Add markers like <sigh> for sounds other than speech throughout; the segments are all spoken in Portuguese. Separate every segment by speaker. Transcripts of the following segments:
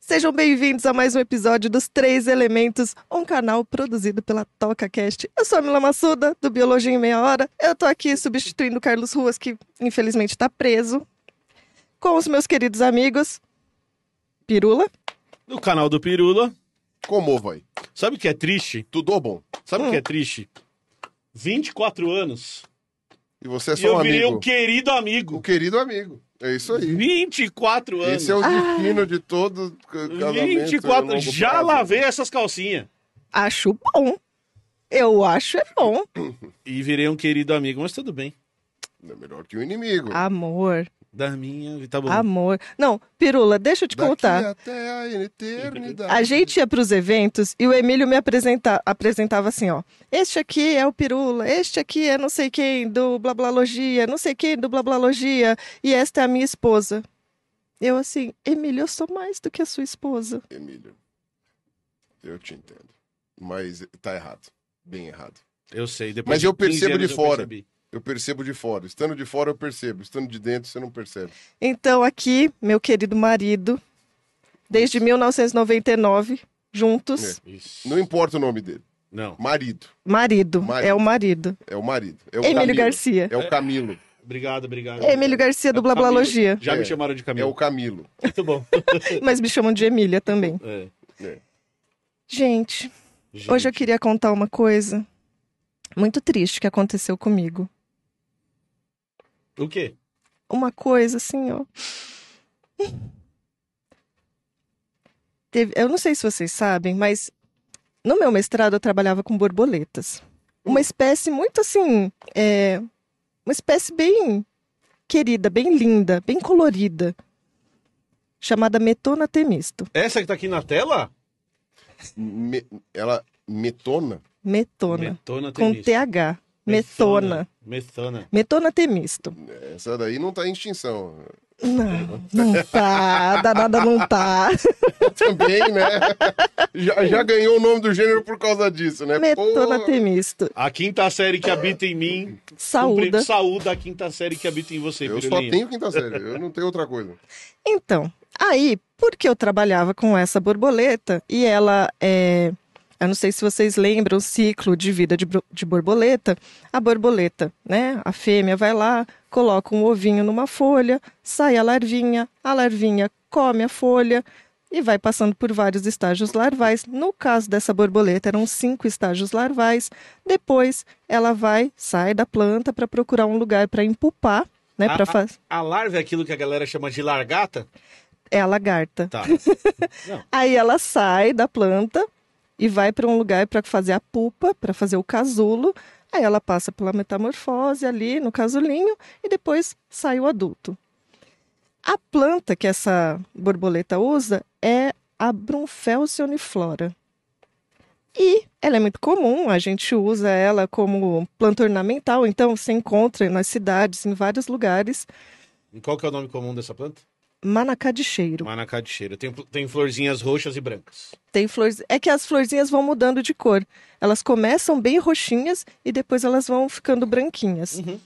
Speaker 1: Sejam bem-vindos a mais um episódio dos Três Elementos, um canal produzido pela TocaCast. Eu sou a Mila Massuda, do Biologia em Meia Hora. Eu tô aqui substituindo o Carlos Ruas, que infelizmente tá preso, com os meus queridos amigos Pirula
Speaker 2: No canal do Pirula.
Speaker 3: Como vai?
Speaker 2: Sabe o que é triste?
Speaker 3: Tudo bom?
Speaker 2: Sabe o que é triste? 24 anos.
Speaker 3: E você é
Speaker 2: E
Speaker 3: só
Speaker 2: eu
Speaker 3: um
Speaker 2: virei
Speaker 3: amigo.
Speaker 2: um querido
Speaker 3: O
Speaker 2: amigo.
Speaker 3: querido amigo. É isso aí.
Speaker 2: 24 anos.
Speaker 3: Esse é o destino de todo c- casamento.
Speaker 2: 24
Speaker 3: a
Speaker 2: Já
Speaker 3: longo prazo.
Speaker 2: lavei essas calcinhas.
Speaker 1: acho bom. Eu acho é bom.
Speaker 2: E virei um querido amigo, mas tudo bem.
Speaker 3: É melhor que o inimigo.
Speaker 1: Ah, Amor,
Speaker 2: Da minha. Tá bom.
Speaker 1: amor. Não, Pirula, deixa eu te
Speaker 3: Daqui
Speaker 1: contar.
Speaker 3: até a eternidade.
Speaker 1: então tá. A gente ia pros eventos e o Emílio me apresenta- apresentava assim, ó. Este aqui é o Pirula, este aqui é não sei quem do Blablalogia, não sei quem do Blablalogia, e esta é a minha esposa. Eu assim, Emílio, eu sou mais do que a sua esposa.
Speaker 3: Emílio, eu te entendo. Mas tá errado. Bem errado.
Speaker 2: Eu sei. Depois
Speaker 3: Mas eu
Speaker 2: 15
Speaker 3: percebo
Speaker 2: anos
Speaker 3: de
Speaker 2: eu
Speaker 3: fora.
Speaker 2: percebi.
Speaker 3: Eu percebo de fora. Estando de fora, eu percebo. Estando de dentro, você não percebe.
Speaker 1: Então aqui, meu querido marido, desde 1999,
Speaker 3: É.
Speaker 1: juntos,
Speaker 2: Isso.
Speaker 3: Não importa o nome dele.
Speaker 2: Não.
Speaker 3: Marido.
Speaker 1: marido,
Speaker 3: Marido.
Speaker 1: é o marido.
Speaker 3: É o marido. É o
Speaker 1: Emílio
Speaker 3: Camilo.
Speaker 1: Garcia.
Speaker 3: É o É Camilo.
Speaker 2: Obrigado, obrigado.
Speaker 1: Emílio Garcia do Blablalogia,
Speaker 2: Já me
Speaker 3: É.
Speaker 2: chamaram de
Speaker 3: É
Speaker 2: Camilo.
Speaker 3: o Camilo.
Speaker 2: Muito bom.
Speaker 1: mas me chamam de Emília também.
Speaker 2: É.
Speaker 3: É.
Speaker 1: Gente,
Speaker 2: Gente,
Speaker 1: Hoje eu queria contar uma coisa muito triste que aconteceu comigo.
Speaker 2: O quê?
Speaker 1: Uma coisa assim, ó. <laughs> Teve- eu não sei se vocês sabem, mas no meu mestrado eu trabalhava com borboletas. Uma espécie muito assim. é, uma espécie bem querida, bem linda, bem colorida. Chamada Metona temisto.
Speaker 2: Essa que tá aqui na tela?
Speaker 3: Me- Ela metona.
Speaker 1: Metona.
Speaker 2: Metona
Speaker 1: com
Speaker 2: tenista.
Speaker 1: TH. Metona.
Speaker 2: Metona.
Speaker 1: Metona temisto.
Speaker 3: Essa daí não tá em extinção. <laughs>
Speaker 1: Não, não tá. Danada não tá.
Speaker 3: Também, né? Já, já ganhou o nome do gênero por causa disso, né?
Speaker 1: Metona
Speaker 3: Porra.
Speaker 1: Temisto.
Speaker 2: A quinta série que habita em mim
Speaker 1: Saúda.
Speaker 2: Cumpri- Saúda a quinta série que habita em você,
Speaker 3: Eu só
Speaker 2: Pirulinha.
Speaker 3: tenho quinta série, eu não tenho outra coisa.
Speaker 1: Então, aí, porque eu trabalhava com essa borboleta e ela é. Eu não sei se vocês lembram o ciclo de vida de, bro- de borboleta. A borboleta, né? A fêmea vai lá, coloca um ovinho numa folha, sai a larvinha, a larvinha come a folha e vai passando por vários estágios larvais. No caso dessa borboleta, eram cinco estágios larvais. Depois, ela vai, sai da planta para procurar um lugar para empupar, né?
Speaker 2: A-
Speaker 1: Para fazer.
Speaker 2: A larva é aquilo que a galera chama de largata?
Speaker 1: É a lagarta. <laughs>
Speaker 2: Tá.
Speaker 1: Aí ela sai da planta e vai para um lugar para fazer a pupa, para fazer o casulo. Aí ela passa pela metamorfose ali no casulinho e depois sai o adulto. A planta que essa borboleta usa é a Brunfelsia uniflora. E ela é muito comum, a gente usa ela como planta ornamental, então se encontra nas cidades, em vários lugares,
Speaker 2: E Qual que é o nome comum dessa planta?
Speaker 1: manacá de cheiro.
Speaker 2: Manacá de cheiro. Tem, tem florzinhas roxas e brancas.
Speaker 1: Tem flores. É que as florzinhas vão mudando de cor. Elas começam bem roxinhas e depois elas vão ficando branquinhas.
Speaker 2: Uhum.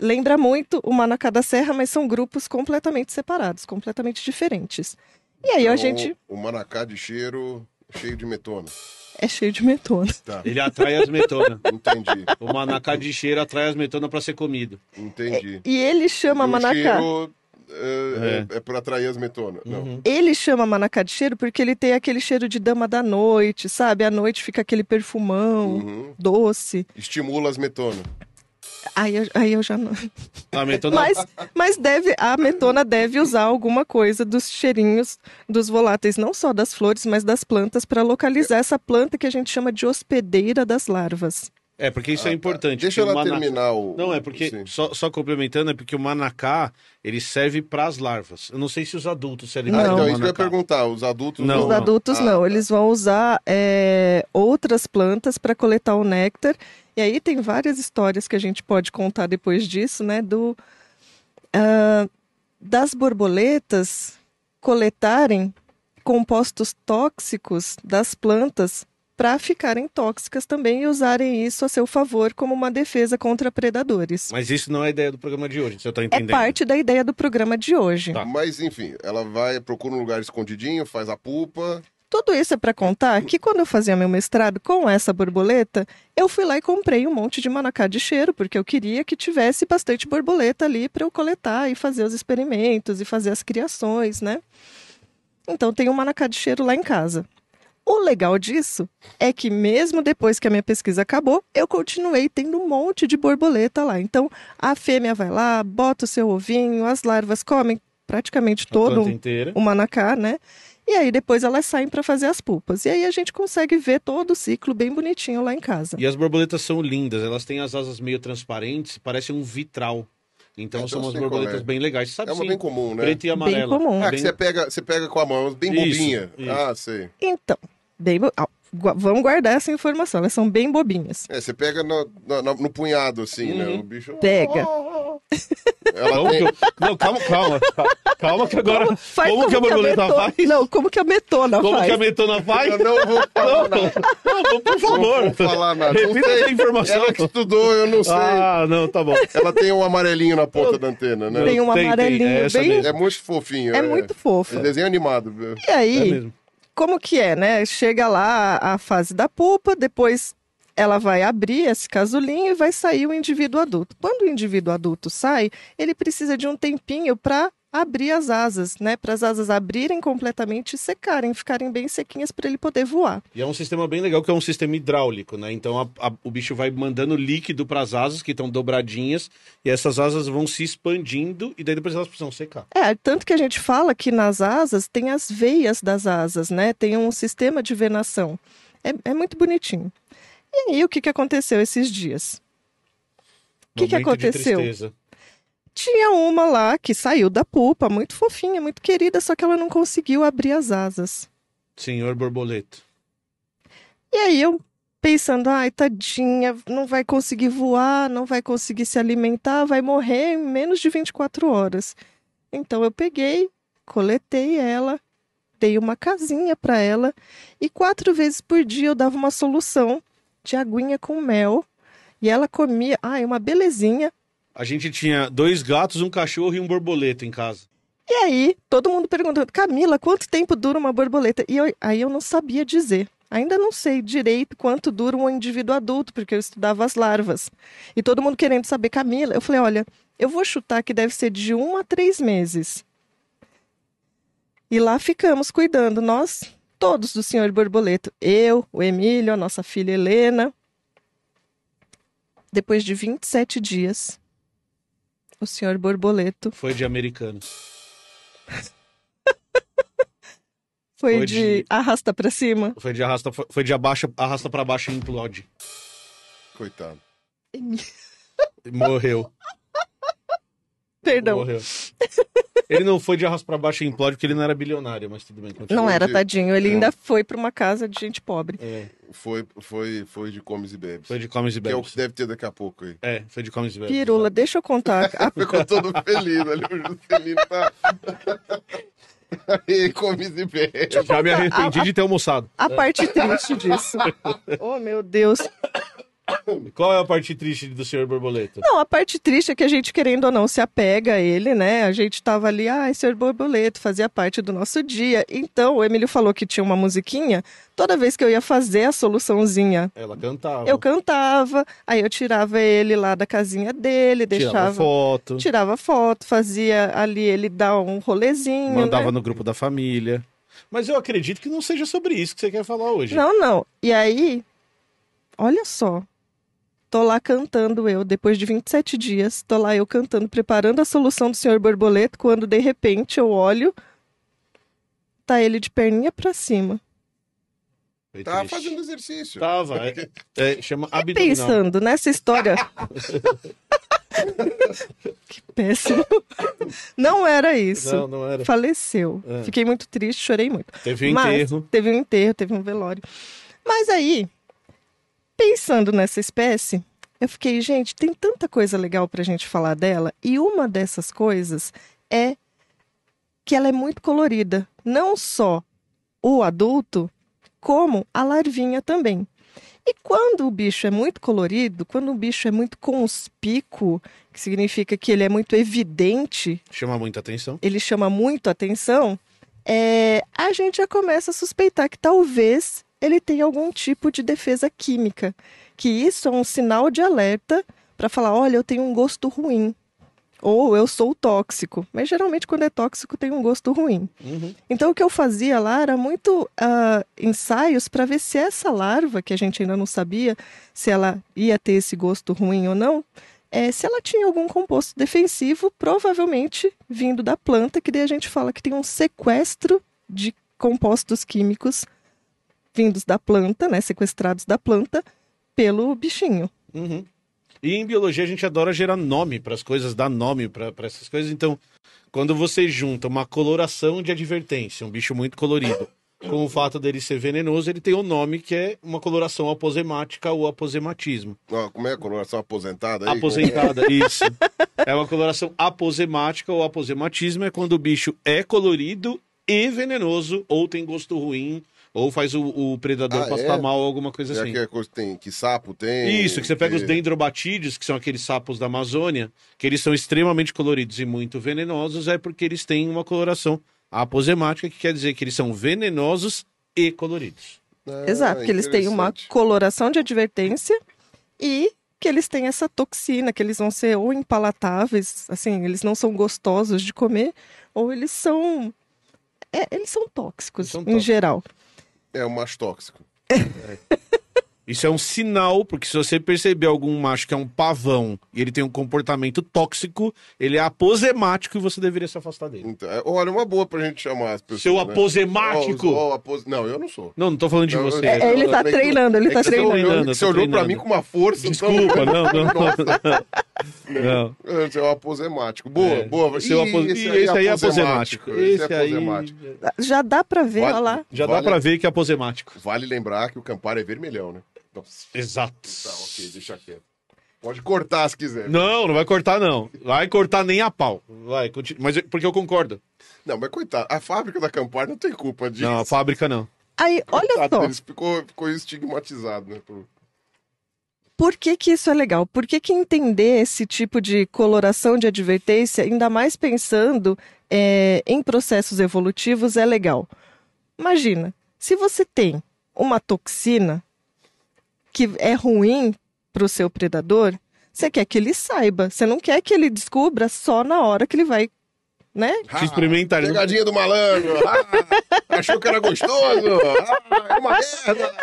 Speaker 1: Lembra muito o Manacá da Serra, mas são grupos completamente separados, completamente diferentes. E aí a
Speaker 3: Então,
Speaker 1: gente
Speaker 3: O manacá de cheiro cheio de metona.
Speaker 1: é cheio de metona.
Speaker 3: Tá,
Speaker 2: Ele atrai as metonas.
Speaker 3: entendi,
Speaker 2: O manacá de cheiro atrai as metonas pra ser comido.
Speaker 3: entendi.
Speaker 1: E ele chama
Speaker 3: E o
Speaker 1: Manacá.
Speaker 3: cheiro é, é. para atrair as metonas.
Speaker 2: Uhum.
Speaker 3: Não.
Speaker 1: Ele chama manacá de cheiro porque ele tem aquele cheiro de dama da noite, sabe? À noite fica aquele perfumão
Speaker 3: Uhum.
Speaker 1: doce.
Speaker 3: Estimula as metonas.
Speaker 1: Aí eu, aí eu já não.
Speaker 2: A metona...
Speaker 1: Mas, mas deve, a metona deve usar alguma coisa dos cheirinhos dos voláteis, não só das flores, mas das plantas, para localizar essa planta que a gente chama de hospedeira das larvas.
Speaker 2: É, porque isso é importante.
Speaker 3: Ah, tá. Deixa
Speaker 2: porque
Speaker 3: ela
Speaker 2: o mana-
Speaker 3: terminar o.
Speaker 2: Não, é porque,
Speaker 3: Sim.
Speaker 2: só, só complementando, é porque o manacá, ele serve para as larvas. Eu não sei se os adultos se
Speaker 3: Ah,
Speaker 2: alimentam
Speaker 3: então
Speaker 2: do
Speaker 3: isso que eu ia
Speaker 2: manacá.
Speaker 3: perguntar. Os adultos
Speaker 2: Não, tá.
Speaker 1: Os adultos
Speaker 3: Ah,
Speaker 1: não, eles vão usar é, outras plantas para coletar o néctar. E aí tem várias histórias que a gente pode contar depois disso, né? Do, ah, das borboletas coletarem compostos tóxicos das plantas para ficarem tóxicas também e usarem isso a seu favor como uma defesa contra predadores.
Speaker 2: Mas isso não é a ideia do programa de hoje, se eu tô
Speaker 1: É
Speaker 2: entendendo.
Speaker 1: parte da ideia do programa de hoje.
Speaker 2: Tá.
Speaker 3: Mas enfim, ela vai, procura um lugar escondidinho, faz a pupa.
Speaker 1: Tudo isso é para contar que quando eu fazia meu mestrado com essa borboleta, eu fui lá e comprei um monte de manacá de cheiro, porque eu queria que tivesse bastante borboleta ali para eu coletar e fazer os experimentos e fazer as criações, né? Então tem um manacá de cheiro lá em casa. O legal disso é que mesmo depois que a minha pesquisa acabou, eu continuei tendo um monte de borboleta lá. Então a fêmea vai lá, bota o seu ovinho, as larvas comem praticamente
Speaker 2: A planta
Speaker 1: todo um
Speaker 2: inteira.
Speaker 1: o manacá, né? E aí depois elas saem para fazer as pulpas. E aí a gente consegue ver todo o ciclo bem bonitinho lá em casa.
Speaker 2: E as borboletas são lindas, elas têm as asas meio transparentes, parecem um vitral. Então
Speaker 3: Então
Speaker 2: são umas
Speaker 3: sei
Speaker 2: borboletas
Speaker 3: qual é.
Speaker 2: bem legais, sabe
Speaker 3: É uma
Speaker 2: sim,
Speaker 3: bem comum, né?
Speaker 2: preto e amarela.
Speaker 1: comum.
Speaker 3: Ah,
Speaker 2: Uhum. Bem-
Speaker 3: que você pega, você pega com a mão, bem
Speaker 2: Isso,
Speaker 3: bobinha.
Speaker 2: isso.
Speaker 3: Ah, sei.
Speaker 1: Então, bem bo- ah, gua- vamos guardar essa informação, elas são bem bobinhas.
Speaker 3: É, você pega no, na- na- no punhado, assim, né?
Speaker 2: Uhum.
Speaker 3: O bicho.
Speaker 1: Pega.
Speaker 3: Ela
Speaker 2: Não,
Speaker 3: tem.
Speaker 2: que eu-
Speaker 3: <laughs>
Speaker 2: não, calma, calma. Calma que agora. Como,
Speaker 1: Faz
Speaker 2: que a borboleta
Speaker 1: meto-
Speaker 2: faz?
Speaker 1: Não, como que a metona
Speaker 2: como
Speaker 1: faz?
Speaker 2: que a metona faz?
Speaker 3: Eu <laughs> não vou falar nada.
Speaker 2: Não, não, por favor.
Speaker 3: Não vou falar nada. Não
Speaker 2: Repita
Speaker 3: sei.
Speaker 2: essa informação.
Speaker 3: Ela que estudou, eu não sei.
Speaker 2: Ah, não, tá bom.
Speaker 3: Ela tem um amarelinho na ponta da antena, né?
Speaker 1: Tem um
Speaker 2: Tem, tem, é
Speaker 1: amarelinho
Speaker 2: essa
Speaker 1: bem...
Speaker 2: mesmo.
Speaker 3: É muito fofinho.
Speaker 1: É muito fofo.
Speaker 3: É desenho animado. viu?
Speaker 1: E
Speaker 2: É
Speaker 1: aí,
Speaker 2: mesmo.
Speaker 1: como que é, né? Chega lá a fase da pupa, depois ela vai abrir esse casulinho e vai sair o indivíduo adulto. Quando o indivíduo adulto sai, ele precisa de um tempinho para abrir as asas, né? Para as asas abrirem completamente e secarem, ficarem bem sequinhas para ele poder voar.
Speaker 2: E é um sistema bem legal, que é um sistema hidráulico, né? Então a- a- o bicho vai mandando líquido para as asas, que estão dobradinhas, e essas asas vão se expandindo, e daí depois elas precisam secar.
Speaker 1: É, tanto que a gente fala que nas asas tem as veias das asas, né? Tem um sistema de venação. É, é muito bonitinho. E aí, o que, que aconteceu esses dias? O que, que
Speaker 2: Momento de
Speaker 1: aconteceu?
Speaker 2: tristeza.
Speaker 1: Tinha uma lá que saiu da pupa, muito fofinha, muito querida, só que ela não conseguiu abrir as asas.
Speaker 2: Senhor borboleto.
Speaker 1: E aí eu pensando, ai, tadinha, não vai conseguir voar, não vai conseguir se alimentar, vai morrer em menos de 24 horas. Então eu peguei, coletei ela, dei uma casinha para ela e quatro vezes por dia eu dava uma solução de aguinha com mel e ela comia, ai, uma belezinha.
Speaker 2: A gente tinha dois gatos, um cachorro e um borboleto em casa.
Speaker 1: E aí, todo mundo perguntando, Camila, quanto tempo dura uma borboleta? E eu- aí eu não sabia dizer. Ainda não sei direito quanto dura um indivíduo adulto, porque eu estudava as larvas. E todo mundo querendo saber, Camila. Eu falei, olha, eu vou chutar que deve ser de um a três meses. E lá ficamos cuidando, nós, todos do senhor borboleto. Eu, o Emílio, a nossa filha Helena. Depois de 27 dias, o senhor borboleto
Speaker 2: Foi de americano.
Speaker 1: Foi
Speaker 2: Foi
Speaker 1: de,
Speaker 2: de-
Speaker 1: arrasta pra cima.
Speaker 2: Foi de arrasta, foi foi de abaixo, arrasta para baixo e implode.
Speaker 3: Coitado.
Speaker 2: Morreu.
Speaker 1: Perdão.
Speaker 2: Morreu. Ele não foi de arrasta para baixo e implode porque ele não era bilionário, mas tudo bem. continua.
Speaker 1: Não era,
Speaker 3: de-
Speaker 1: tadinho. Ele
Speaker 3: Não.
Speaker 1: ainda foi pra uma casa de gente pobre.
Speaker 2: É,
Speaker 3: Foi, foi, foi de comes e bebes.
Speaker 2: foi de Comes e
Speaker 3: Que é o que
Speaker 2: Bebes.
Speaker 3: deve ter daqui a pouco aí.
Speaker 2: É, foi de Comes e Bebes.
Speaker 1: Pirula, deixa eu contar. a-
Speaker 3: Ficou todo feliz ali. O Juscelino tá. <laughs> Aí, comes e bebes.
Speaker 2: Já me arrependi de ter almoçado.
Speaker 1: A, parte triste disso. oh, meu Deus.
Speaker 2: Qual é a parte triste do Senhor Borboleta?
Speaker 1: Não, a parte triste é que a gente, querendo ou não, se apega a ele, né? A gente tava ali, ah, Senhor Borboleto, fazia parte do nosso dia. Então, o Emílio falou que tinha uma musiquinha. Toda vez que eu ia fazer a soluçãozinha,
Speaker 2: Ela cantava.
Speaker 1: eu cantava, aí eu tirava ele lá da casinha dele,
Speaker 2: tirava
Speaker 1: deixava.
Speaker 2: foto,
Speaker 1: Tirava foto, fazia ali ele dar um rolezinho. né?
Speaker 2: mandava no grupo da família. Mas eu acredito que não seja sobre isso que você quer falar hoje.
Speaker 1: Não, não. E aí, olha só. Tô lá cantando eu, depois de 27 dias, tô lá eu cantando, preparando a solução do senhor borboleto, quando de repente eu olho, tá ele de perninha pra cima.
Speaker 2: Foi
Speaker 3: Tá
Speaker 2: triste.
Speaker 3: fazendo exercício.
Speaker 2: Tava. É, é, chama abdominal.
Speaker 1: Tá Pensando nessa
Speaker 2: <laughs>
Speaker 1: história. que péssimo. Não era isso.
Speaker 2: Não, não era.
Speaker 1: Faleceu.
Speaker 2: É.
Speaker 1: Fiquei muito triste, chorei muito.
Speaker 2: Teve um
Speaker 1: Mas
Speaker 2: enterro.
Speaker 1: Teve um enterro, teve um velório. Mas aí, pensando nessa espécie, eu fiquei, gente, tem tanta coisa legal pra gente falar dela. E uma dessas coisas é que ela é muito colorida. Não só o adulto, como a larvinha também. E quando o bicho é muito colorido, quando o bicho é muito conspícuo, que significa que ele é muito evidente,
Speaker 2: Chama muita atenção.
Speaker 1: ele chama muito a atenção, é, a gente já começa a suspeitar que talvez ele tenha algum tipo de defesa química. Que isso é um sinal de alerta para falar: olha, eu tenho um gosto ruim. Ou eu sou tóxico. Mas geralmente, quando é tóxico, tem um gosto ruim.
Speaker 2: Uhum.
Speaker 1: Então, o que eu fazia lá era muito ah, ensaios para ver se essa larva, que a gente ainda não sabia se ela ia ter esse gosto ruim ou não, eh, se ela tinha algum composto defensivo, provavelmente vindo da planta, que daí a gente fala que tem um sequestro de compostos químicos vindos da planta, né, sequestrados da planta, pelo bichinho.
Speaker 2: Uhum. E em biologia a gente adora gerar nome para as coisas, dar nome para essas coisas. Então, quando você junta uma coloração de advertência, um bicho muito colorido, com o fato dele ser venenoso, ele tem um nome que é uma coloração aposemática ou aposematismo.
Speaker 3: Ó, como é a coloração aposentada aí?
Speaker 2: Aposentada, isso. É uma coloração aposemática ou aposematismo, é quando o bicho é colorido e venenoso, ou tem gosto ruim, ou faz o, o predador
Speaker 3: Ah,
Speaker 2: passar
Speaker 3: é?
Speaker 2: mal, alguma coisa
Speaker 3: É
Speaker 2: assim.
Speaker 3: aquela coisa que tem, que sapo tem.
Speaker 2: Isso, que você pega os
Speaker 3: que-
Speaker 2: dendrobatídeos, que são aqueles sapos da Amazônia, que eles são extremamente coloridos e muito venenosos, é porque eles têm uma coloração aposemática, que quer dizer que eles são venenosos e coloridos.
Speaker 3: Ah,
Speaker 1: Exato, porque eles têm um uma
Speaker 3: interessante.
Speaker 1: coloração de advertência e que eles têm essa toxina, que eles vão ser ou impalatáveis, assim, eles não são gostosos de comer, ou eles são. é, eles são tóxicos,
Speaker 2: Eles são
Speaker 1: em
Speaker 2: tóxicos.
Speaker 1: geral.
Speaker 3: É um macho tóxico.
Speaker 2: Isso é um sinal, porque se você perceber algum macho que é um pavão e ele tem um comportamento tóxico, ele é aposemático e você deveria se afastar dele.
Speaker 3: Então, é- olha, uma boa pra gente chamar as pessoas.
Speaker 2: Seu
Speaker 3: né?
Speaker 2: aposemático!
Speaker 3: Ó, os- ó, apos- Não, eu não sou.
Speaker 2: Não, não tô falando de
Speaker 3: Não,
Speaker 2: você.
Speaker 3: eu-
Speaker 1: É, ele tá
Speaker 3: também tô-
Speaker 1: treinando, ele
Speaker 3: É
Speaker 1: tá
Speaker 3: que você
Speaker 1: treinando.
Speaker 3: olhou-
Speaker 2: Treinando, eu
Speaker 3: Você
Speaker 2: tô
Speaker 3: olhou pra
Speaker 2: treinando.
Speaker 3: mim com uma força. então, <laughs>
Speaker 2: Desculpa, não, não.
Speaker 3: Nossa.
Speaker 2: não. não.
Speaker 3: Então... Seu aposemático. Boa,
Speaker 2: É.
Speaker 3: boa.
Speaker 2: Seu
Speaker 3: Ih,
Speaker 2: apo- Ih, Esse aí é aposemático.
Speaker 3: Esse é aposemático.
Speaker 2: aí.
Speaker 1: Já dá pra ver,
Speaker 3: Vale-
Speaker 1: olha lá.
Speaker 2: Já
Speaker 3: Vale-
Speaker 2: dá pra ver que é aposemático.
Speaker 3: Vale lembrar que o Campari é vermelhão, né? Nossa,
Speaker 2: Exato.
Speaker 3: tá, ok, deixa quieto. Pode cortar se quiser. Não,
Speaker 2: Não, não vai cortar, não. Vai cortar nem a pau. Vai, continua. Mas eu- porque eu concordo.
Speaker 3: mas coitado, a fábrica da Campari não tem culpa disso.
Speaker 2: Não, a fábrica não.
Speaker 1: Aí, olha
Speaker 3: Coitado
Speaker 1: só.
Speaker 3: deles, ficou, ficou estigmatizado, né? por-
Speaker 1: Por que, que isso é legal? Por que, que entender esse tipo de coloração de advertência, ainda mais pensando eh, em processos evolutivos, é legal? Imagina, se você tem uma toxina que é ruim para o seu predador, você quer que ele saiba, você não quer que ele descubra só na hora que ele vai, né?
Speaker 3: Ah,
Speaker 2: experimentar, ele não-
Speaker 3: Pegadinha do malandro. Ah, <laughs> achou que era gostoso. Ah, é
Speaker 1: <laughs>
Speaker 3: uma merda.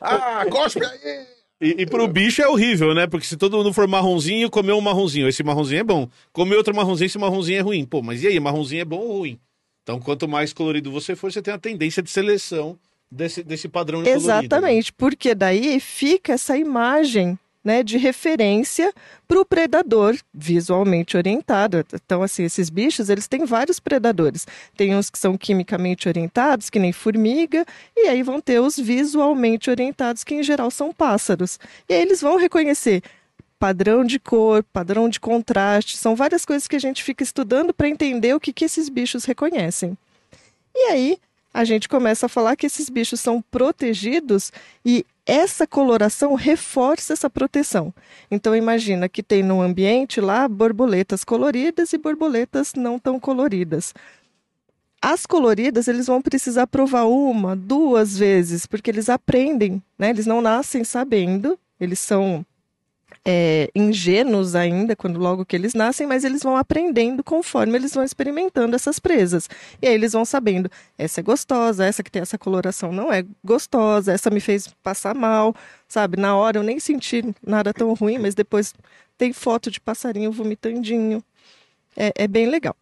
Speaker 3: Ah, cospe aí.
Speaker 2: E, e pro bicho é horrível, né? Porque se todo mundo for marronzinho, comeu um marronzinho. Esse marronzinho é bom. Comer outro marronzinho, esse marronzinho é ruim. Pô, mas e aí? Marronzinho é bom ou ruim? Então, quanto mais colorido você for, você tem a tendência de seleção desse, desse padrão de colorido, né?
Speaker 1: Exatamente, porque daí fica essa imagem né, de referência para o predador visualmente orientado. Então, assim, esses bichos, eles têm vários predadores. Tem uns que são quimicamente orientados, que nem formiga, e aí vão ter os visualmente orientados, que em geral são pássaros. E aí eles vão reconhecer padrão de cor, padrão de contraste, são várias coisas que a gente fica estudando para entender o que, que esses bichos reconhecem. E aí, a gente começa a falar que esses bichos são protegidos e essa coloração reforça essa proteção. Então imagina que tem no ambiente lá borboletas coloridas e borboletas não tão coloridas. As coloridas, eles vão precisar provar uma, duas vezes, porque eles aprendem, né? Eles não nascem sabendo, eles são é, ingênuos ainda, quando logo que eles nascem, mas eles vão aprendendo conforme eles vão experimentando essas presas. E aí eles vão sabendo, essa é gostosa, essa que tem essa coloração não é gostosa, essa me fez passar mal, sabe? Na hora eu nem senti nada tão ruim, mas depois tem foto de passarinho vomitandinho. É, é bem legal.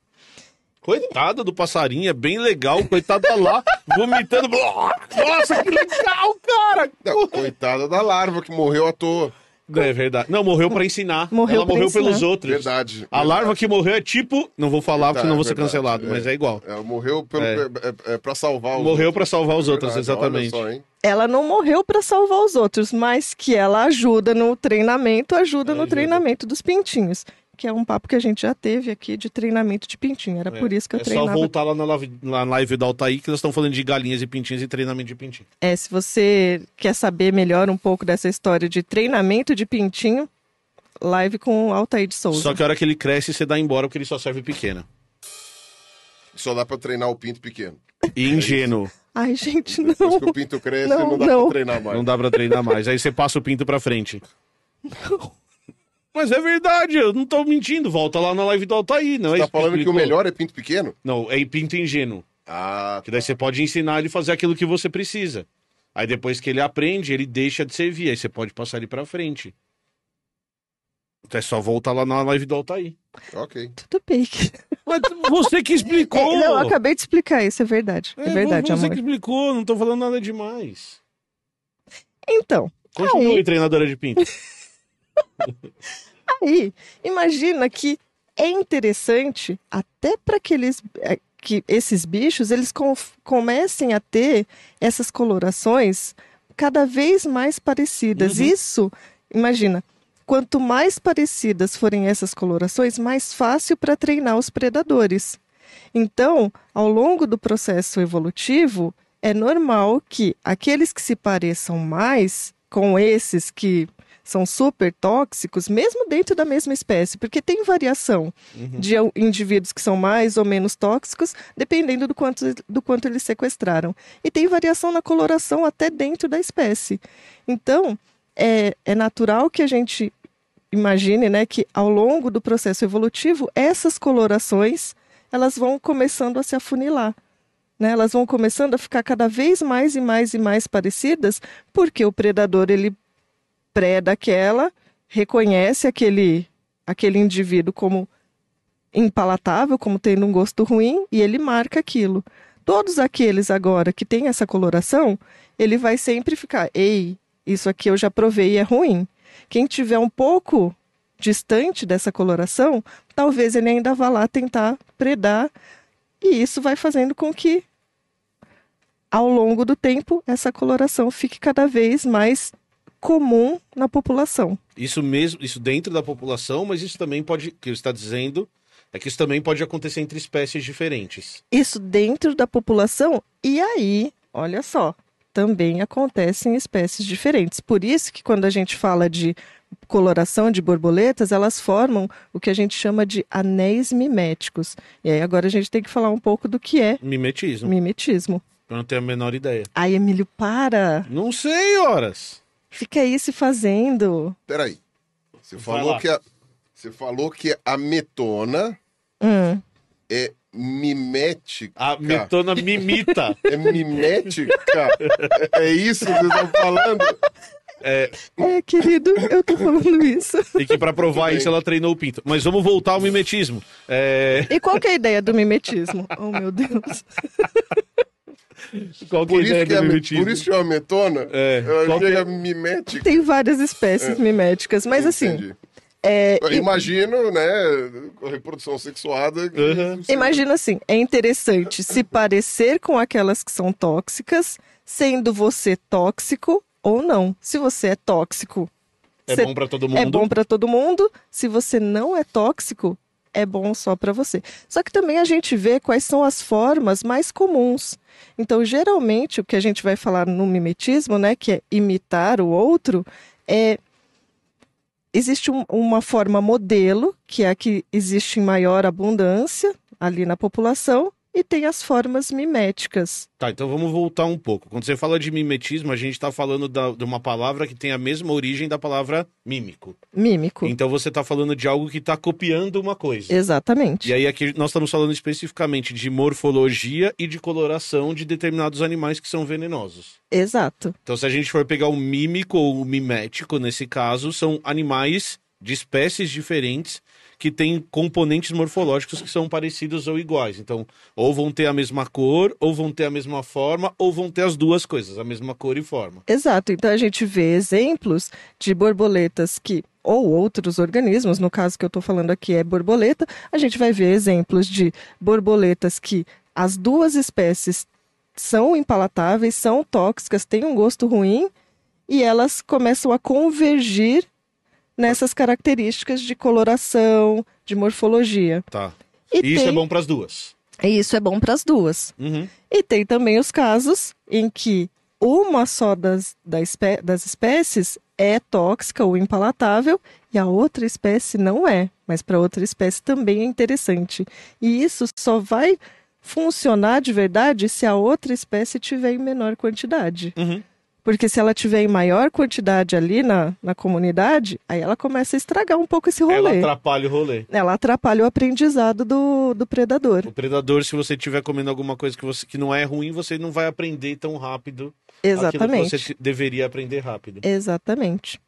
Speaker 2: Coitado do passarinho, é bem legal. Coitado tá lá, <laughs> vomitando. Nossa, que legal, cara!
Speaker 3: Não, coitada da larva que morreu à toa.
Speaker 2: É verdade. Não, morreu pra ensinar.
Speaker 1: Morreu
Speaker 2: Ela
Speaker 1: pra
Speaker 2: morreu
Speaker 1: ensinar.
Speaker 2: pelos outros.
Speaker 3: Verdade.
Speaker 2: A larva que morreu é tipo. Não vou falar, porque
Speaker 3: Verdade,
Speaker 2: senão vou ser
Speaker 3: Tá, verdade,
Speaker 2: cancelado, mas é igual.
Speaker 3: É, morreu pelo,
Speaker 2: É.
Speaker 3: é, é, pra salvar os
Speaker 2: Morreu pra salvar os outros,
Speaker 3: Verdade,
Speaker 2: exatamente.
Speaker 3: olha só, hein?
Speaker 1: Ela não morreu para salvar os outros, mas que ela ajuda no treinamento, ajuda no
Speaker 2: Ajuda.
Speaker 1: treinamento dos pintinhos. Que é um papo que a gente já teve aqui de treinamento de pintinho. Era por isso que eu
Speaker 2: é só
Speaker 1: treinava
Speaker 2: voltar lá na live, na live da Altair que nós estamos falando de galinhas e pintinhas e treinamento de pintinho.
Speaker 1: É, se você quer saber melhor um pouco dessa história de treinamento de pintinho, live com o Altair de Souza.
Speaker 2: Só que a hora que ele cresce, você dá embora porque ele só serve pequena.
Speaker 3: Só dá pra treinar o pinto pequeno.
Speaker 2: E ingênuo.
Speaker 1: Ai, gente,
Speaker 3: Depois
Speaker 1: não.
Speaker 3: que o pinto cresce,
Speaker 1: Não,
Speaker 3: não, dá
Speaker 1: não.
Speaker 3: pra treinar mais.
Speaker 2: Não dá pra treinar mais. Aí você passa o pinto pra frente. Mas é verdade, eu não tô mentindo. Volta lá na live do Altair, não é
Speaker 3: Tá
Speaker 2: isso
Speaker 3: falando que o
Speaker 2: explicou?
Speaker 3: melhor é pinto pequeno?
Speaker 2: Não, é pinto ingênuo.
Speaker 3: Ah,
Speaker 2: Que daí você pode ensinar ele a fazer aquilo que você precisa. Aí depois que ele aprende, ele deixa de servir. Aí você pode passar ele pra frente. Então é só voltar lá na live do Altair.
Speaker 3: ok.
Speaker 1: Tudo bem.
Speaker 2: Mas você que explicou!
Speaker 1: É, Não, eu acabei de explicar isso, é verdade. É, verdade,
Speaker 2: você
Speaker 1: amor.
Speaker 2: que explicou, não tô falando nada demais.
Speaker 1: Então,
Speaker 2: Continue,
Speaker 1: Aí.
Speaker 2: treinadora de pinto.
Speaker 1: aí, imagina que é interessante até para aqueles eh, que esses bichos eles com- comecem a ter essas colorações cada vez mais parecidas.
Speaker 2: Uhum.
Speaker 1: Isso, imagina, quanto mais parecidas forem essas colorações, mais fácil para treinar os predadores. Então, ao longo do processo evolutivo, é normal que aqueles que se pareçam mais com esses que são super tóxicos, mesmo dentro da mesma espécie, porque tem variação
Speaker 2: Uhum.
Speaker 1: de al- indivíduos que são mais ou menos tóxicos, dependendo do quanto, do quanto eles sequestraram. E tem variação na coloração até dentro da espécie. Então, é, é natural que a gente imagine né, que ao longo do processo evolutivo, essas colorações elas vão começando a se afunilar. Né? Elas vão começando a ficar cada vez mais e mais e mais parecidas, porque o predador ele preda aquela, reconhece aquele, aquele indivíduo como impalatável, como tendo um gosto ruim, e ele marca aquilo. Todos aqueles agora que têm essa coloração, ele vai sempre ficar, ei, isso aqui eu já provei e é ruim. Quem tiver um pouco distante dessa coloração, talvez ele ainda vá lá tentar predar, e isso vai fazendo com que ao longo do tempo essa coloração fique cada vez mais comum na população.
Speaker 2: Isso mesmo, isso dentro da população, mas isso também pode, o que você está dizendo, é que isso também pode acontecer entre espécies diferentes.
Speaker 1: Isso dentro da população. E aí, olha só, também acontece em espécies diferentes. Por isso que quando a gente fala de coloração de borboletas, elas formam o que a gente chama de anéis miméticos. E aí agora a gente tem que falar um pouco do que é
Speaker 2: Mimetismo.
Speaker 1: mimetismo.
Speaker 2: Eu não tenho a menor ideia.
Speaker 1: Ai, Emílio, para!
Speaker 2: Não sei, horas.
Speaker 1: Fica aí se fazendo.
Speaker 3: Peraí. Você
Speaker 2: Vai lá.
Speaker 3: falou, que a, você falou que a metona
Speaker 1: Hum.
Speaker 3: é mimética.
Speaker 2: A metona mimita.
Speaker 3: É mimética? é isso que vocês estão
Speaker 2: <laughs>
Speaker 3: falando?
Speaker 1: É, querido, eu tô falando isso.
Speaker 2: E que pra provar
Speaker 3: <laughs> Tudo
Speaker 2: isso
Speaker 3: bem.
Speaker 2: ela treinou o pinto. Mas vamos voltar ao mimetismo. É... <laughs>
Speaker 1: E qual que é a ideia do mimetismo? Oh, meu <laughs> Deus.
Speaker 2: Qual que é a
Speaker 3: Por isso
Speaker 2: ideia
Speaker 3: que, é,
Speaker 2: do
Speaker 3: mi-
Speaker 2: mimetismo?
Speaker 3: por isso que é uma metona?
Speaker 2: É.
Speaker 3: Ela
Speaker 2: Qual que-
Speaker 3: chega mimética.
Speaker 1: Tem várias espécies miméticas, mas assim,
Speaker 3: Entendi.
Speaker 1: é,
Speaker 3: Eu imagino, né? Com a reprodução sexuada. que-
Speaker 2: Uhum.
Speaker 1: Imagina assim, é interessante se parecer com aquelas que são tóxicas, sendo você tóxico ou não. Se você é tóxico,
Speaker 2: É
Speaker 1: cê-
Speaker 2: bom pra todo mundo.
Speaker 1: é bom para todo mundo. Se você não é tóxico, é bom só para você. Só que também a gente vê quais são as formas mais comuns. Então, geralmente, o que a gente vai falar no mimetismo, né, que é imitar o outro, é existe um- uma forma modelo, que é a que existe em maior abundância ali na população, e tem as formas miméticas.
Speaker 2: Tá, então vamos voltar um pouco. Quando você fala de mimetismo, a gente tá falando da- de uma palavra que tem a mesma origem da palavra mímico.
Speaker 1: Mímico.
Speaker 2: Então você tá falando de algo que tá copiando uma coisa.
Speaker 1: Exatamente.
Speaker 2: E aí aqui nós estamos falando especificamente de morfologia e de coloração de determinados animais que são venenosos.
Speaker 1: Exato.
Speaker 2: Então se a gente for pegar o mímico ou o mimético, nesse caso, são animais de espécies diferentes que têm componentes morfológicos que são parecidos ou iguais. Então, ou vão ter a mesma cor, ou vão ter a mesma forma, ou vão ter as duas coisas, a mesma cor e forma.
Speaker 1: Exato. Então a gente vê exemplos de borboletas que ou outros organismos, no caso que eu estou falando aqui é borboleta, a gente vai ver exemplos de borboletas que as duas espécies são impalatáveis, são tóxicas, têm um gosto ruim e elas começam a convergir nessas características de coloração, de morfologia.
Speaker 2: Tá.
Speaker 1: E
Speaker 2: E isso é
Speaker 1: tem-
Speaker 2: bom para as duas.
Speaker 1: e isso é bom para as duas.
Speaker 2: Uhum.
Speaker 1: E tem também os casos em que uma só das, da espé- das espécies é tóxica ou impalatável e a outra espécie não é, mas para outra espécie também é interessante. E isso só vai funcionar de verdade se a outra espécie tiver em menor quantidade.
Speaker 2: Uhum.
Speaker 1: Porque se ela tiver em maior quantidade ali na, na comunidade, aí ela começa a estragar um pouco esse
Speaker 2: Ela
Speaker 1: rolê.
Speaker 2: atrapalha o rolê.
Speaker 1: Ela atrapalha o aprendizado do, do predador.
Speaker 2: O predador, se você estiver comendo alguma coisa que, você, que não é ruim, você não vai aprender tão rápido aquilo que
Speaker 1: Exatamente.
Speaker 2: você te- deveria aprender rápido.
Speaker 1: Exatamente.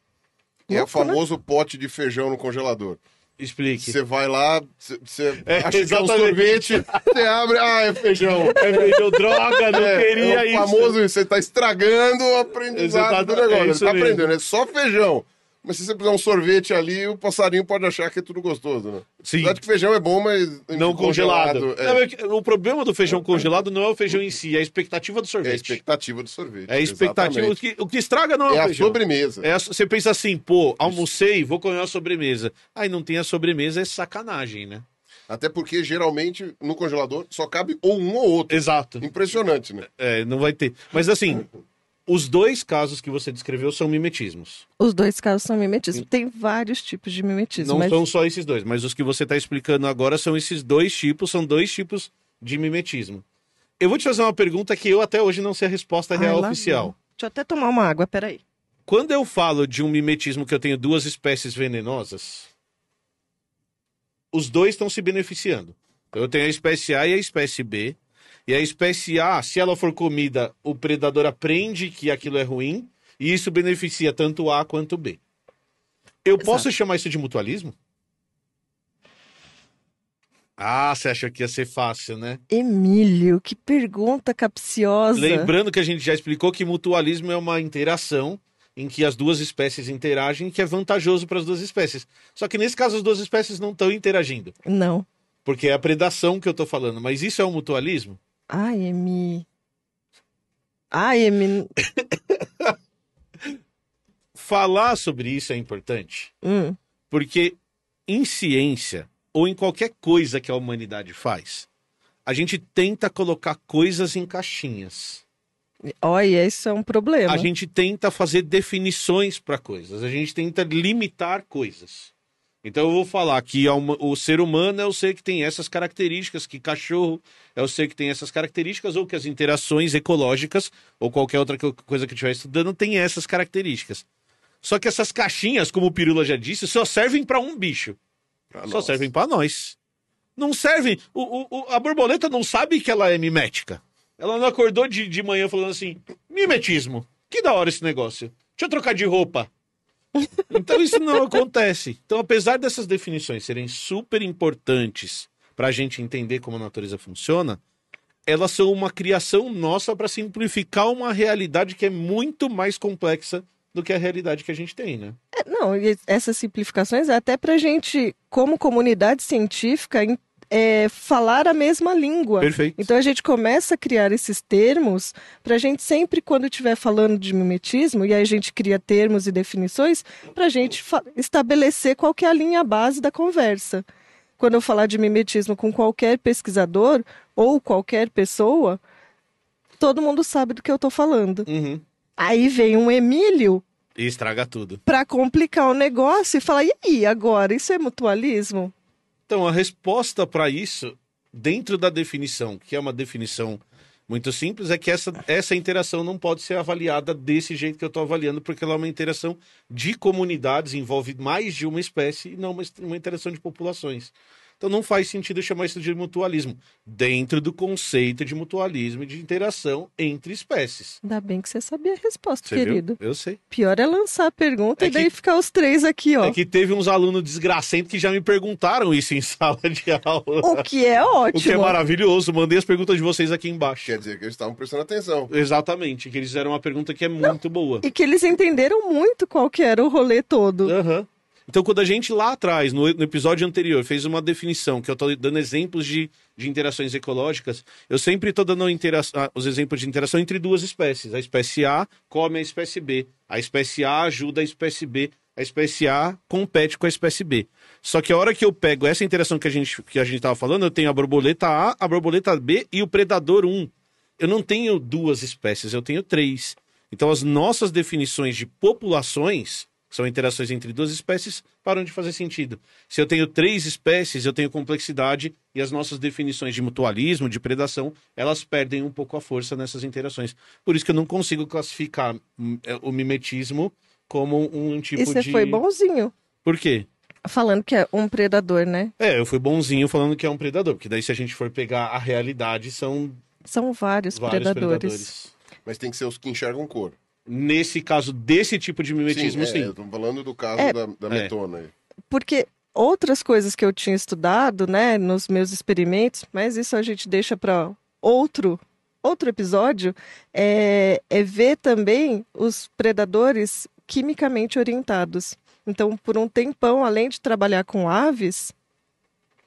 Speaker 3: É o
Speaker 1: Louco, né?
Speaker 3: famoso pote de feijão no congelador.
Speaker 2: Explique.
Speaker 3: Você vai lá, você- você
Speaker 2: É,
Speaker 3: acha que é um
Speaker 2: exatamente.
Speaker 3: sorvete, você abre, ah,
Speaker 2: <laughs>
Speaker 3: é feijão.
Speaker 2: É, vendeu droga, não
Speaker 3: É,
Speaker 2: queria
Speaker 3: é o
Speaker 2: isso.
Speaker 3: famoso, você tá estragando o aprendizado
Speaker 2: Exato,
Speaker 3: do negócio.
Speaker 2: é
Speaker 3: Ele
Speaker 2: isso
Speaker 3: tá
Speaker 2: mesmo.
Speaker 3: aprendendo, é só feijão. Mas se você puser um sorvete ali, o passarinho pode achar que é tudo gostoso, né?
Speaker 2: Sim.
Speaker 3: Apesar de que feijão é bom, mas...
Speaker 2: Não congelado.
Speaker 3: é.
Speaker 2: Não, mas que- o problema do feijão congelado não é o feijão em si, é a expectativa do
Speaker 3: É a
Speaker 2: sorvete.
Speaker 3: expectativa do sorvete.
Speaker 2: É a expectativa. O
Speaker 3: exatamente.
Speaker 2: que, o que estraga não é,
Speaker 3: É
Speaker 2: o
Speaker 3: a
Speaker 2: feijão.
Speaker 3: sobremesa.
Speaker 2: É a- você pensa assim, pô, almocei, vou comer uma sobremesa. Aí não tem a sobremesa, é sacanagem, né?
Speaker 3: Até porque, geralmente, no congelador só cabe ou um ou outro.
Speaker 2: Exato.
Speaker 3: Impressionante, né?
Speaker 2: É, não vai ter. Mas assim, os dois casos que você descreveu são mimetismos.
Speaker 1: Os dois casos são mimetismo. Tem vários tipos de mimetismo.
Speaker 2: Não
Speaker 1: mas
Speaker 2: são só esses dois, mas os que você está explicando agora são esses dois tipos, são dois tipos de mimetismo. Eu vou te fazer uma pergunta que eu até hoje não sei a resposta
Speaker 1: Ai,
Speaker 2: real
Speaker 1: lá
Speaker 2: oficial.
Speaker 1: vem. Deixa eu até tomar uma água, peraí.
Speaker 2: Quando eu falo de um mimetismo que eu tenho duas espécies venenosas, os dois estão se beneficiando. Então, eu tenho a espécie A e a espécie B. E a espécie A, se ela for comida, o predador aprende que aquilo é ruim. E isso beneficia tanto A quanto B. Eu posso chamar isso de mutualismo? Ah, você achou que ia ser fácil, né?
Speaker 1: Emílio, que pergunta capciosa.
Speaker 2: Lembrando que a gente já explicou que mutualismo é uma interação em que as duas espécies interagem, que é vantajoso para as duas espécies. Só que nesse caso as duas espécies não estão interagindo,
Speaker 1: Não.
Speaker 2: porque é a predação que eu estou falando. Mas isso é um mutualismo?
Speaker 1: Ai, Emi. Ai, Emi.
Speaker 2: Falar sobre isso é importante,
Speaker 1: Hum,
Speaker 2: porque em ciência ou em qualquer coisa que a humanidade faz, a gente tenta colocar coisas em caixinhas.
Speaker 1: olha, isso é um problema.
Speaker 2: A gente tenta fazer definições para coisas, a gente tenta limitar coisas. Então eu vou falar que a huma- o ser humano é o ser que tem essas características, que cachorro é o ser que tem essas características, ou que as interações ecológicas, ou qualquer outra co- coisa que eu estiver estudando, tem essas características. Só que essas caixinhas, como o Pirula já disse, só servem para um bicho.
Speaker 3: Ah,
Speaker 2: só
Speaker 3: nossa.
Speaker 2: servem para nós. Não servem. O- o- o- a borboleta não sabe que ela é mimética. Ela não acordou de, de manhã falando assim: mimetismo. Que da hora esse negócio. Deixa eu trocar de roupa. Então isso não acontece. Então, apesar dessas definições serem super importantes para a gente entender como a natureza funciona, elas são uma criação nossa para simplificar uma realidade que é muito mais complexa do que a realidade que a gente tem, né?
Speaker 1: É, não, e essas simplificações é até pra gente, como comunidade científica, em- é, falar a mesma língua.
Speaker 2: Perfeito.
Speaker 1: Então a gente começa a criar esses termos para a gente sempre, quando estiver falando de mimetismo, e aí a gente cria termos e definições, para a gente fa- estabelecer qual que é a linha base da conversa. quando eu falar de mimetismo com qualquer pesquisador ou qualquer pessoa, todo mundo sabe do que eu tô falando.
Speaker 2: Uhum.
Speaker 1: Aí vem um Emílio
Speaker 2: E estraga tudo.
Speaker 1: pra complicar o negócio e falar: e aí, agora? Isso é mutualismo?
Speaker 2: Então, a resposta para isso, dentro da definição, que é uma definição muito simples, é que essa, essa interação não pode ser avaliada desse jeito que eu estou avaliando, porque ela é uma interação de comunidades, envolve mais de uma espécie e não uma, uma interação de populações. Então, não faz sentido chamar isso de mutualismo, dentro do conceito de mutualismo e de interação entre espécies.
Speaker 1: Ainda bem que você sabia a resposta,
Speaker 2: Você
Speaker 1: querido.
Speaker 2: viu? Eu sei.
Speaker 1: Pior é lançar a pergunta
Speaker 2: É
Speaker 1: e daí
Speaker 2: que-
Speaker 1: ficar os três aqui, ó.
Speaker 2: É que teve uns alunos desgracentos que já me perguntaram isso em <laughs> sala de aula.
Speaker 1: O que é
Speaker 2: <laughs> O que é
Speaker 1: ótimo.
Speaker 2: maravilhoso. Mandei as perguntas de vocês aqui embaixo.
Speaker 3: Quer dizer que eles estavam prestando atenção.
Speaker 2: Exatamente, que eles fizeram uma pergunta que é muito boa.
Speaker 1: e que eles entenderam muito qual que era o rolê todo.
Speaker 2: Aham. Então, quando a gente lá atrás, no, no episódio anterior, fez uma definição, que eu tô dando exemplos de, de interações ecológicas, eu sempre tô dando a intera- a- os exemplos de interação entre duas espécies. A espécie A come a espécie B. A espécie A ajuda a espécie B. A espécie A compete com a espécie B. Só que a hora que eu pego essa interação que a gente, que a gente tava falando, eu tenho a borboleta A, a borboleta B e o predador 1. Eu não tenho duas espécies, eu tenho três. Então, as nossas definições de populações são interações entre duas espécies param de fazer sentido. Se eu tenho três espécies, eu tenho complexidade e as nossas definições de mutualismo, de predação, elas perdem um pouco a força nessas interações. Por isso que eu não consigo classificar hum, é, o mimetismo como um tipo
Speaker 1: e você
Speaker 2: de.
Speaker 1: é foi bonzinho.
Speaker 2: Por quê?
Speaker 1: Falando que é um predador, né?
Speaker 2: É, eu fui bonzinho falando que é um predador, porque daí se a gente for pegar a realidade, são
Speaker 1: São vários,
Speaker 2: vários
Speaker 1: predadores.
Speaker 2: predadores.
Speaker 3: Mas tem que ser os que enxergam cor.
Speaker 2: Nesse caso, desse tipo de mimetismo,
Speaker 3: é,
Speaker 2: sim.
Speaker 3: eu tô falando do caso
Speaker 1: É.
Speaker 3: da, da
Speaker 2: É.
Speaker 3: metona. aí.
Speaker 1: Porque outras coisas que eu tinha estudado, né, nos meus experimentos, mas isso a gente deixa para outro outro episódio, é, é ver também os predadores quimicamente orientados. Então, por um tempão, além de trabalhar com aves,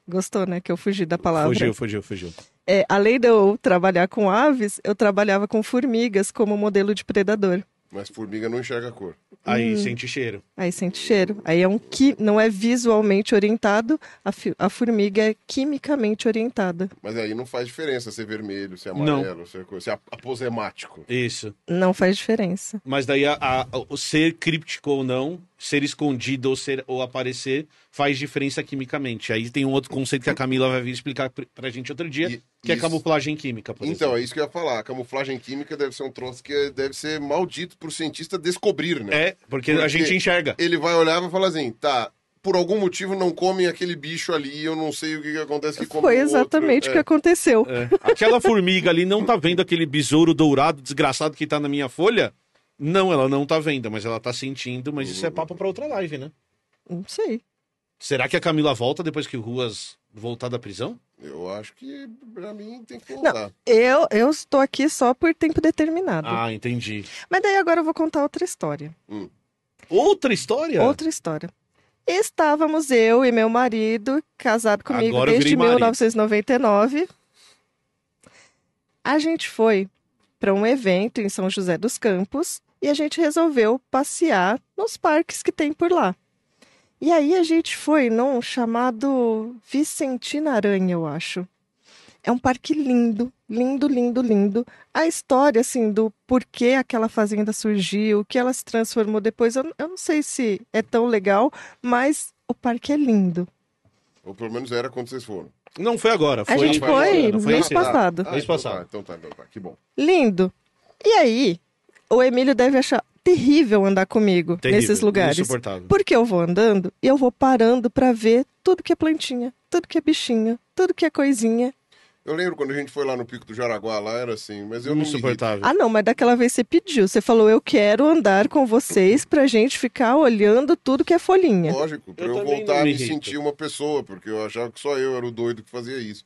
Speaker 1: gostou, né, que eu fugi da palavra.
Speaker 2: Fugiu, fugiu, fugiu.
Speaker 1: É, além de eu trabalhar com aves, eu trabalhava com formigas como modelo de predador.
Speaker 3: Mas formiga não enxerga cor.
Speaker 2: Aí sente cheiro.
Speaker 1: Aí sente cheiro. Aí é um que não é visualmente orientado, a, fi- a formiga é quimicamente orientada.
Speaker 3: Mas aí não faz diferença se é vermelho, se é amarelo, se é, coisa, se é aposemático.
Speaker 2: Isso.
Speaker 1: Não faz diferença.
Speaker 2: Mas daí a- a- o ser críptico ou não, ser escondido ou, ser, ou aparecer, faz diferença quimicamente. Aí tem um outro conceito que a Camila vai vir explicar pr- pra gente outro dia,
Speaker 3: E-
Speaker 2: que é
Speaker 3: isso-
Speaker 2: camuflagem química, por
Speaker 3: Então,
Speaker 2: exemplo.
Speaker 3: é isso que eu ia falar. A camuflagem química deve ser um troço que deve ser maldito pro cientista descobrir, né?
Speaker 2: É, porque a
Speaker 3: Porque-
Speaker 2: gente enxerga.
Speaker 3: Ele vai olhar e vai falar assim, tá, por algum motivo não comem aquele bicho ali, eu não sei o que, que acontece que come
Speaker 1: Foi
Speaker 3: o outro.
Speaker 1: exatamente o
Speaker 3: É.
Speaker 1: que aconteceu.
Speaker 2: Aquela formiga ali não tá vendo aquele besouro dourado desgraçado que tá na minha folha? Não, ela não tá vendo, mas ela tá sentindo, mas
Speaker 3: Uhum.
Speaker 2: isso é papo pra outra live, né?
Speaker 1: Não sei.
Speaker 2: Será que a Camila volta depois que o Ruas voltar da prisão?
Speaker 3: É, Eu acho que pra mim tem que
Speaker 1: Não,
Speaker 3: voltar.
Speaker 1: eu, eu estou aqui só É por tempo determinado.
Speaker 2: Ah, entendi.
Speaker 1: Mas daí agora eu vou contar outra história.
Speaker 2: Outra história?
Speaker 1: Outra história. Estávamos eu e meu marido, casado comigo
Speaker 2: Agora eu
Speaker 1: desde
Speaker 2: virei marido.
Speaker 1: 1999. A gente foi para um evento em São José dos Campos e a gente resolveu passear nos parques que tem por lá. E aí a gente foi num chamado Vicentina Aranha, eu acho. É um parque lindo, lindo, lindo, lindo. A história, assim, do porquê aquela fazenda surgiu, o que ela se transformou depois, eu, eu não sei se é tão legal, mas o parque é lindo.
Speaker 3: Ou pelo menos era quando vocês foram.
Speaker 2: Não foi agora, foi
Speaker 1: A gente
Speaker 3: Rafael,
Speaker 1: foi
Speaker 3: não
Speaker 2: ano, foi
Speaker 1: mês
Speaker 2: esse ano.
Speaker 1: passado.
Speaker 2: Mês
Speaker 3: então
Speaker 2: passado.
Speaker 3: tá, então tá, então tá, que bom.
Speaker 1: Lindo. E aí, o Emílio deve achar terrível andar comigo
Speaker 2: Terrível,
Speaker 1: nesses lugares.
Speaker 2: Insuportável.
Speaker 1: Porque eu vou andando e eu vou parando pra ver tudo que é plantinha, tudo que é bichinho, tudo que é coisinha.
Speaker 3: Eu lembro quando a gente foi lá no Pico do Jaraguá, lá era assim, mas eu não me irrito.
Speaker 2: Insuportável.
Speaker 1: Ah, não, mas daquela vez você pediu. Você falou, eu quero andar com vocês pra gente ficar olhando tudo que é folhinha.
Speaker 3: Lógico, pra
Speaker 2: Eu
Speaker 3: eu,
Speaker 2: também
Speaker 3: voltar
Speaker 2: não
Speaker 3: a
Speaker 2: me
Speaker 3: me
Speaker 2: irrito.
Speaker 3: sentir uma pessoa, porque eu achava que só eu era o doido que fazia isso.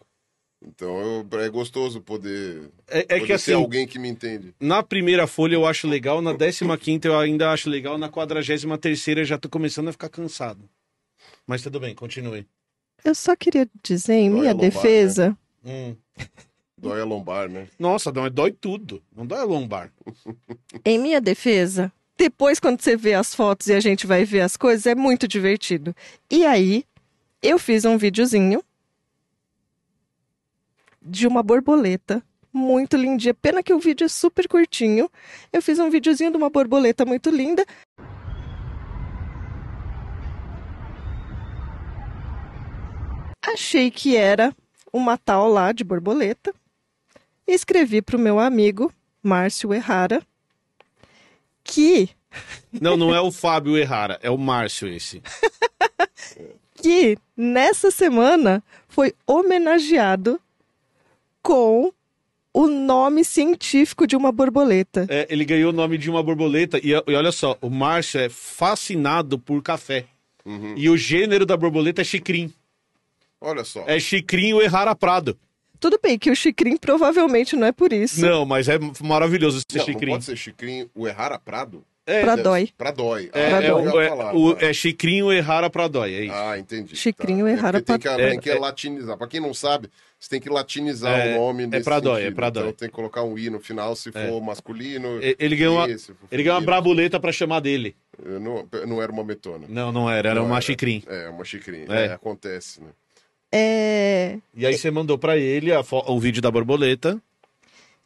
Speaker 3: Então eu- é gostoso poder,
Speaker 2: É, é
Speaker 3: poder
Speaker 2: que assim,
Speaker 3: ser alguém que me entende.
Speaker 2: na primeira folha eu acho legal, na décima quinta eu ainda acho legal, na quadragésima terceira eu já tô começando a ficar cansado. Mas tudo bem, continue.
Speaker 1: Eu só queria dizer, em
Speaker 3: Dói
Speaker 1: minha
Speaker 3: a lombar,
Speaker 1: defesa,
Speaker 2: Hum.
Speaker 3: Dói a lombar, né?
Speaker 2: Nossa, dói, dói tudo. Não dói a lombar.
Speaker 1: em minha defesa, depois quando você vê as fotos e a gente vai ver as coisas, é muito divertido. E aí, Eu fiz um videozinho de uma borboleta muito lindinha. Pena que o vídeo é super curtinho. Eu fiz um videozinho de uma borboleta muito linda. Achei que era uma tal lá de borboleta. Escrevi para o meu amigo Márcio Errara que
Speaker 2: Não, não é o Fábio Errara, é o Márcio esse.
Speaker 1: que nessa semana foi homenageado com o nome científico de uma borboleta.
Speaker 2: É, ele ganhou o nome de uma borboleta e, e olha só, o Márcio é fascinado por café.
Speaker 3: Uhum.
Speaker 2: E o gênero da borboleta é chicrim.
Speaker 3: Olha só.
Speaker 2: É chicrim o Errara Prado.
Speaker 1: Tudo bem que o Chicrim provavelmente não é por isso.
Speaker 2: Não, mas é maravilhoso esse
Speaker 3: não,
Speaker 2: chicrim.
Speaker 3: não pode ser Chicrinho. O Errara Prado?
Speaker 1: Pra dói.
Speaker 3: Pra dói. Ah,
Speaker 2: É,
Speaker 1: Pra
Speaker 2: é,
Speaker 1: dói.
Speaker 3: eu já
Speaker 2: o,
Speaker 3: ia
Speaker 2: é,
Speaker 3: falar,
Speaker 2: o-
Speaker 3: tá.
Speaker 2: é chicrinho errara pra dói, é isso.
Speaker 3: Ah, entendi.
Speaker 1: Chicrinho
Speaker 3: É
Speaker 1: errara
Speaker 3: porque tem que,
Speaker 1: pra-
Speaker 3: tem que latinizar. Pra quem não sabe, você tem que latinizar
Speaker 2: É,
Speaker 3: o nome
Speaker 2: é
Speaker 3: nesse
Speaker 2: pra dói, é
Speaker 3: sentido.
Speaker 2: pra dói. É.
Speaker 3: Então tem que colocar um i no final se for masculino.
Speaker 2: E- Ele ganhou uma,
Speaker 3: e se for
Speaker 2: ele ganhou uma
Speaker 3: feminino.
Speaker 2: brabuleta pra chamar dele.
Speaker 3: Eu Não, eu não era uma metona.
Speaker 2: Não, não era, era
Speaker 3: Não
Speaker 2: uma chicrim.
Speaker 3: É, uma chicrinha.
Speaker 2: É.
Speaker 3: É, acontece, né?
Speaker 1: É,
Speaker 2: E aí você mandou pra ele a fo- o vídeo da borboleta.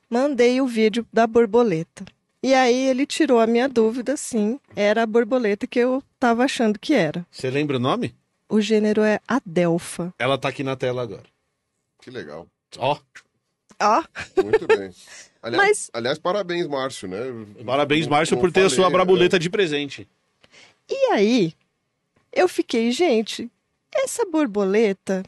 Speaker 1: mandei o vídeo da borboleta. E aí ele tirou a minha dúvida, sim, era a borboleta que eu tava achando que era.
Speaker 2: Você lembra o nome?
Speaker 1: O gênero é Adelfa.
Speaker 2: Ela tá aqui na tela agora.
Speaker 3: Que legal.
Speaker 2: Ó,
Speaker 1: Ó,
Speaker 3: Muito
Speaker 2: <laughs>
Speaker 3: bem. Aliás,
Speaker 1: Mas-
Speaker 3: aliás, parabéns, Márcio, né?
Speaker 2: parabéns,
Speaker 3: Não-
Speaker 2: Márcio,
Speaker 3: não
Speaker 2: por ter a
Speaker 3: falei,
Speaker 2: sua
Speaker 3: né?
Speaker 2: brabuleta de presente.
Speaker 1: e aí eu fiquei, gente, essa borboleta,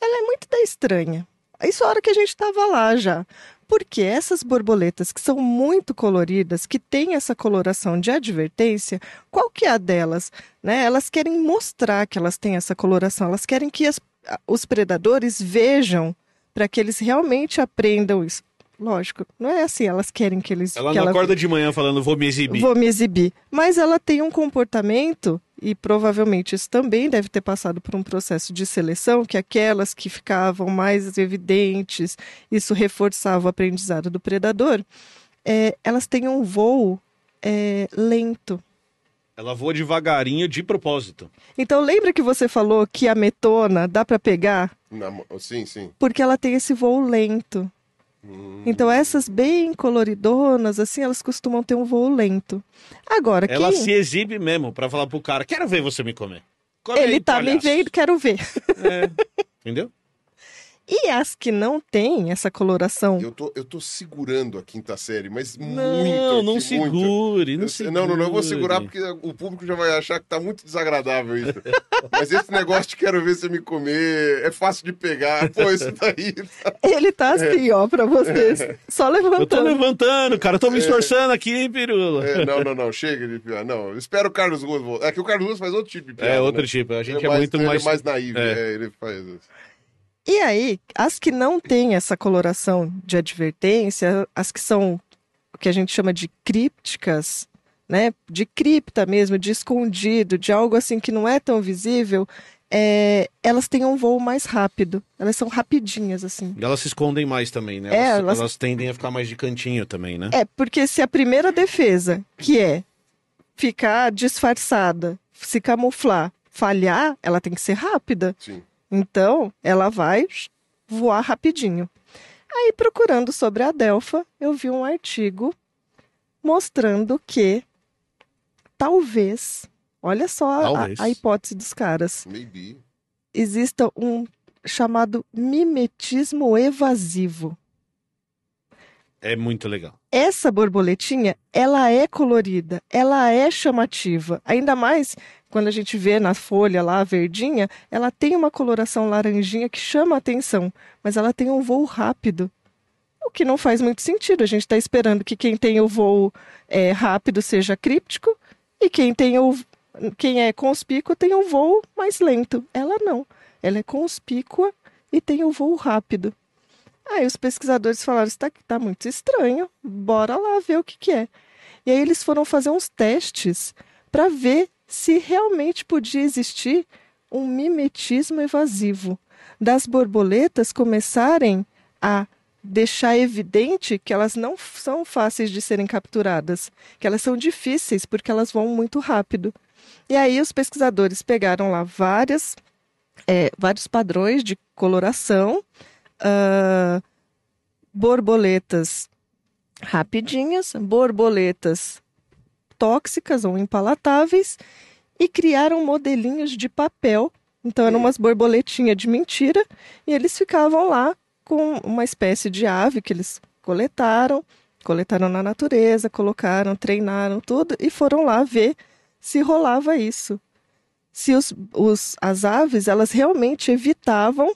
Speaker 1: ela é muito da estranha. Isso é a hora que a gente tava lá já. Porque essas borboletas que são muito coloridas, que têm essa coloração de advertência, qual que é a delas? Né? Elas querem mostrar que elas têm essa coloração, elas querem que as- a- os predadores vejam para que eles realmente aprendam isso. Lógico, não é assim, elas querem que eles.
Speaker 2: Ela
Speaker 1: que
Speaker 2: não
Speaker 1: ela-
Speaker 2: acorda de manhã falando, vou me exibir.
Speaker 1: Vou me exibir. Mas ela tem um comportamento, e provavelmente isso também deve ter passado por um processo de seleção, que aquelas que ficavam mais evidentes, isso reforçava o aprendizado do predador, é, elas têm um voo é, lento.
Speaker 2: Ela voa devagarinho de propósito.
Speaker 1: Então lembra que você falou que a metona dá para pegar?
Speaker 3: é, Na mão- sim, sim.
Speaker 1: porque ela tem esse voo lento.
Speaker 2: Hum.
Speaker 1: Então essas bem coloridonas, assim, elas costumam ter um voo lento. Agora,
Speaker 2: Ela
Speaker 1: quem...
Speaker 2: se exibe mesmo pra falar pro cara, quero ver você me comer. Come
Speaker 1: ele
Speaker 2: aí,
Speaker 1: tá me
Speaker 2: palhaço." É.
Speaker 1: vendo, quero ver.
Speaker 2: Entendeu?
Speaker 1: E as que não têm essa coloração,
Speaker 3: Eu tô, eu tô segurando a quinta série, mas muito.
Speaker 2: não, não
Speaker 3: aqui, muito.
Speaker 2: segure, não
Speaker 3: Eu sei-
Speaker 2: segure.
Speaker 3: não, não, não, eu vou segurar porque o público já vai achar que tá muito desagradável isso. Mas esse negócio de quero ver você me comer, é fácil de pegar. Pô, isso daí.
Speaker 2: <laughs>
Speaker 3: tá-
Speaker 1: ele tá assim, ó, pra vocês. Só
Speaker 2: Eu tô
Speaker 1: levantando.
Speaker 2: levantando, cara. Eu tô me esforçando aqui, pirula.
Speaker 3: É, não, não, não, chega de pior. Não, espera o Carlos Gomes voltar. É que o Carlos Gomes faz outro tipo de piada.
Speaker 2: É, outro
Speaker 3: né?
Speaker 2: tipo. A gente
Speaker 3: Ele
Speaker 2: é, muito
Speaker 3: ele
Speaker 2: mais.
Speaker 3: É mais naíve,
Speaker 2: É.
Speaker 3: é, ele faz isso.
Speaker 1: E aí, as que não têm essa coloração de advertência, as que são o que a gente chama de crípticas, né? De cripta mesmo, de escondido, de algo assim que não é tão visível, é, elas têm um voo mais rápido. Elas são rapidinhas, assim.
Speaker 2: E Elas se escondem mais também, né?
Speaker 1: É,
Speaker 2: Elas,
Speaker 1: elas-
Speaker 2: elas tendem a ficar mais de cantinho também, né?
Speaker 1: É, porque se a primeira defesa, que é ficar disfarçada, se camuflar, falhar, ela tem que ser rápida.
Speaker 3: Sim.
Speaker 1: Então, ela vai voar rapidinho. Aí, procurando sobre a Delfa, eu vi um artigo mostrando que talvez, olha só a-
Speaker 2: Talvez.
Speaker 1: A, hipótese dos caras,
Speaker 3: Maybe.
Speaker 1: exista um chamado mimetismo evasivo.
Speaker 2: É, muito legal.
Speaker 1: Essa borboletinha, ela é colorida, ela é chamativa. Ainda mais quando a gente vê na folha lá, verdinha, ela tem uma coloração laranjinha que chama a atenção, mas ela tem um voo rápido. O que não faz muito sentido. A gente está esperando que quem tem o voo é, rápido seja críptico e quem tem o quem é conspícuo tem um voo mais lento. Ela não. Ela é conspícua e tem o voo rápido. Aí os pesquisadores falaram: isso tá, tá muito estranho, bora lá ver o que, que é. E aí eles foram fazer uns testes para ver se realmente podia existir um mimetismo evasivo das borboletas começarem a deixar evidente que elas não f- são fáceis de serem capturadas, que elas são difíceis porque elas vão muito rápido. E aí os pesquisadores pegaram lá várias é, vários padrões de coloração, ah, borboletas rapidinhas, borboletas tóxicas ou impalatáveis, e criaram modelinhos de papel. Então eram umas borboletinhas de mentira, e eles ficavam lá com uma espécie de ave que eles coletaram, coletaram na natureza, colocaram, treinaram tudo e foram lá ver se rolava isso. Se os, os- as aves elas realmente evitavam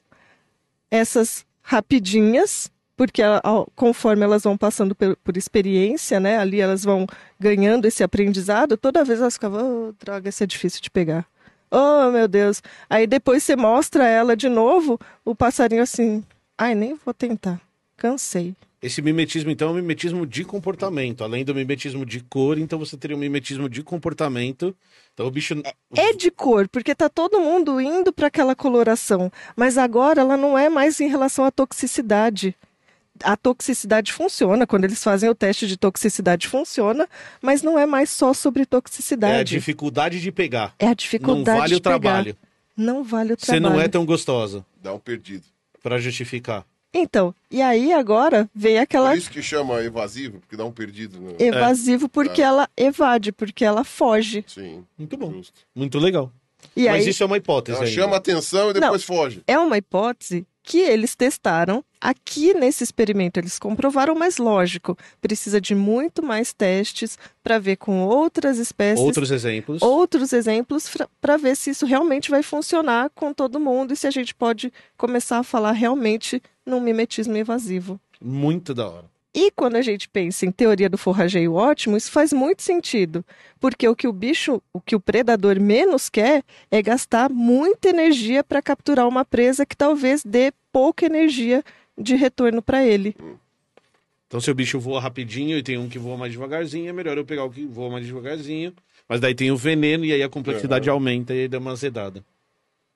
Speaker 1: essas rapidinhas, porque a- ao- conforme elas vão passando por, por experiência, né, ali elas vão ganhando esse aprendizado, toda vez elas ficavam, oh, droga, isso é difícil de pegar. Oh, meu Deus. Aí depois você mostra ela de novo, o passarinho assim, ai, nem vou tentar. Cansei.
Speaker 2: Esse mimetismo, então, é um mimetismo de comportamento. Além do mimetismo de cor, então você teria um mimetismo de comportamento. Então o bicho.
Speaker 1: É de cor, porque tá todo mundo indo para aquela coloração, mas agora ela não é mais em relação à toxicidade. A toxicidade funciona, quando eles fazem o teste de toxicidade funciona, mas não é mais só sobre
Speaker 2: É a
Speaker 1: toxicidade.
Speaker 2: dificuldade de pegar.
Speaker 1: É a
Speaker 2: Não
Speaker 1: dificuldade
Speaker 2: vale o
Speaker 1: de pegar.
Speaker 2: trabalho.
Speaker 1: Não vale o
Speaker 2: Você
Speaker 1: trabalho.
Speaker 2: não é tão gostosa
Speaker 3: Dá um perdido.
Speaker 2: pra justificar.
Speaker 1: Então, e aí agora vem aquela
Speaker 3: Por isso que chama evasivo, porque dá um perdido. Né?
Speaker 2: é.
Speaker 1: evasivo porque ela evade, porque ela foge.
Speaker 3: Sim,
Speaker 2: Muito bom.
Speaker 3: justo.
Speaker 2: Muito legal.
Speaker 1: E
Speaker 2: Mas
Speaker 1: aí
Speaker 2: isso é uma hipótese.
Speaker 3: Ela
Speaker 2: ainda.
Speaker 3: chama atenção e depois foge.
Speaker 1: é uma hipótese que eles testaram. Aqui nesse experimento eles comprovaram, mas lógico, precisa de muito mais testes para ver com outras espécies,
Speaker 2: Outros exemplos.
Speaker 1: outros exemplos, para ver se isso realmente vai funcionar com todo mundo e se a gente pode começar a falar realmente num mimetismo evasivo.
Speaker 2: Muito da hora.
Speaker 1: E quando a gente pensa em teoria do forrageio ótimo, isso faz muito sentido, porque o que o bicho, o que o predador menos quer é gastar muita energia para capturar uma presa que talvez dê pouca energia de retorno para ele.
Speaker 2: Então, se o bicho voa rapidinho e tem um que voa mais devagarzinho, é melhor eu pegar o que voa mais devagarzinho. Mas daí tem o veneno e aí a complexidade aumenta e aí dá uma azedada.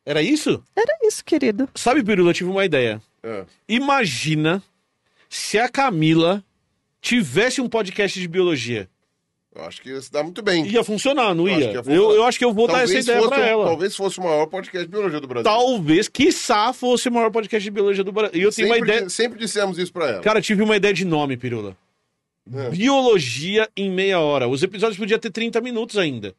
Speaker 2: Era isso?
Speaker 1: É isso, querido.
Speaker 2: Sabe, Pirula, eu tive uma ideia.
Speaker 3: É.
Speaker 2: Imagina se a Camila tivesse um podcast de biologia.
Speaker 3: Eu acho que ia se dá muito bem.
Speaker 2: Ia funcionar, não
Speaker 3: Eu acho
Speaker 2: ia?
Speaker 3: que ia funcionar.
Speaker 2: eu, eu acho que eu vou dar essa ideia
Speaker 3: fosse,
Speaker 2: pra
Speaker 3: o-
Speaker 2: ela. Talvez,
Speaker 3: talvez fosse o maior podcast de biologia do Brasil.
Speaker 2: quiçá, fosse o maior podcast de biologia do Brasil. E eu tenho
Speaker 3: sempre,
Speaker 2: uma ideia...
Speaker 3: di- sempre dissemos isso pra ela.
Speaker 2: Cara, eu tive uma ideia de nome, Pirula.
Speaker 3: É.
Speaker 2: Biologia em meia hora. Os episódios podiam ter 30 minutos ainda.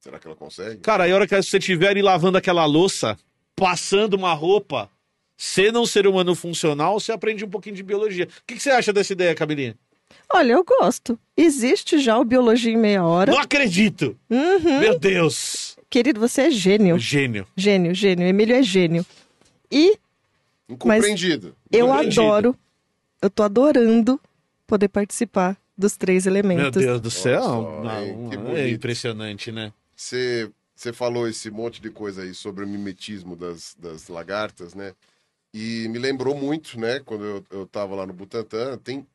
Speaker 3: Será que ela consegue?
Speaker 2: Cara, aí a hora que você estiver ali lavando aquela louça, passando uma roupa, sendo um ser humano funcional, você aprende um pouquinho de biologia. O que, que você acha dessa ideia, Camilinha?
Speaker 1: Olha, eu gosto. Existe já o Biologia em Meia Hora.
Speaker 2: Não acredito!
Speaker 1: Uhum.
Speaker 2: Meu Deus!
Speaker 1: Querido, você é gênio.
Speaker 2: Gênio.
Speaker 1: Gênio, gênio. Emílio é gênio. E
Speaker 3: Incompreendido.
Speaker 1: eu
Speaker 2: Compreendido.
Speaker 1: adoro, eu tô adorando poder participar dos três
Speaker 2: Meu
Speaker 1: elementos.
Speaker 2: Deus do céu.
Speaker 3: só,
Speaker 2: Não,
Speaker 3: hein, que
Speaker 2: é
Speaker 3: bonito.
Speaker 2: impressionante, né?
Speaker 3: Você, você falou esse monte de coisa aí sobre o mimetismo das, das lagartas, né? E me lembrou muito, né? Quando eu, eu tava lá no Butantã, tem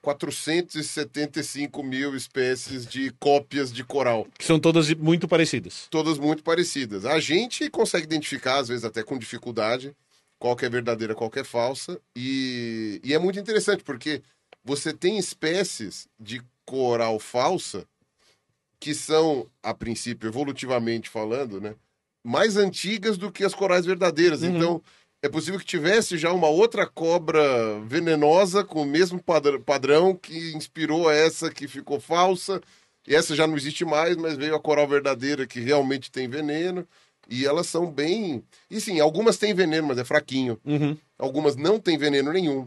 Speaker 3: 475 mil espécies de cópias de coral.
Speaker 2: Que são todas muito parecidas.
Speaker 3: todas muito parecidas. A gente consegue identificar, às vezes até com dificuldade, qual que é verdadeira, qual que é falsa. E, e é muito interessante, porque você tem espécies de coral falsa que são, a princípio, evolutivamente falando, né, mais antigas do que as corais verdadeiras. Então, é possível que tivesse já uma outra cobra venenosa com o mesmo padr- padrão que inspirou essa que ficou falsa. E essa já não existe mais, mas veio a coral verdadeira que realmente tem veneno. E elas são bem. E sim, algumas têm veneno, mas é fraquinho.
Speaker 2: Uhum.
Speaker 3: Algumas não têm veneno nenhum.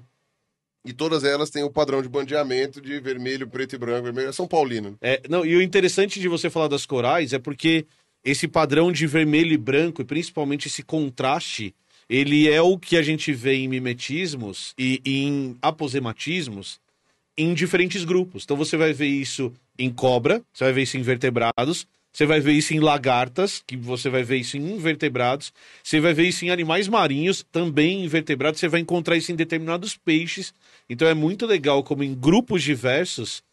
Speaker 3: E todas elas têm o padrão de bandeamento de vermelho, preto e branco. Vermelho é São Paulino.
Speaker 2: É, não, e o interessante de você falar das corais é porque esse padrão de vermelho e branco, e principalmente esse contraste, ele é o que a gente vê em mimetismos e em aposematismos em diferentes grupos. Então você vai ver isso em cobra, você vai ver isso em vertebrados, você vai ver isso em lagartas, que você vai ver isso em invertebrados, você vai ver isso em animais marinhos, também em invertebrados, você vai encontrar isso em determinados peixes. Então é muito legal como em grupos diversos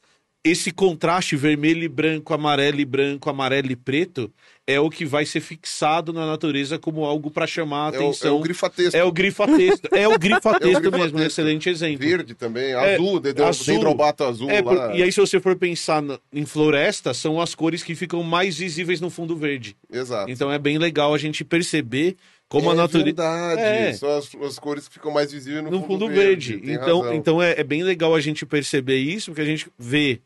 Speaker 2: esse contraste vermelho e branco, amarelo e branco, amarelo e preto é o que vai ser fixado na natureza como algo para chamar a
Speaker 3: É o, é o
Speaker 2: atenção.
Speaker 3: grifatexto.
Speaker 2: É o grifatexto. É o
Speaker 3: <laughs>
Speaker 2: grifatexto mesmo,
Speaker 3: grifatexto.
Speaker 2: um excelente exemplo.
Speaker 3: Verde também,
Speaker 2: É,
Speaker 3: azul, de, de,
Speaker 2: azul.
Speaker 3: dendrobato azul
Speaker 2: É, por-
Speaker 3: lá.
Speaker 2: e aí, se você for pensar na- em floresta, são as cores que ficam mais visíveis no fundo verde.
Speaker 3: Exato.
Speaker 2: Então é bem legal a gente perceber Como a natureza.
Speaker 3: verdade.
Speaker 2: É.
Speaker 3: São as, as cores que ficam mais visíveis no,
Speaker 2: no fundo verde.
Speaker 3: tem
Speaker 2: Então,
Speaker 3: razão.
Speaker 2: então é, é bem legal a gente perceber isso, porque a gente vê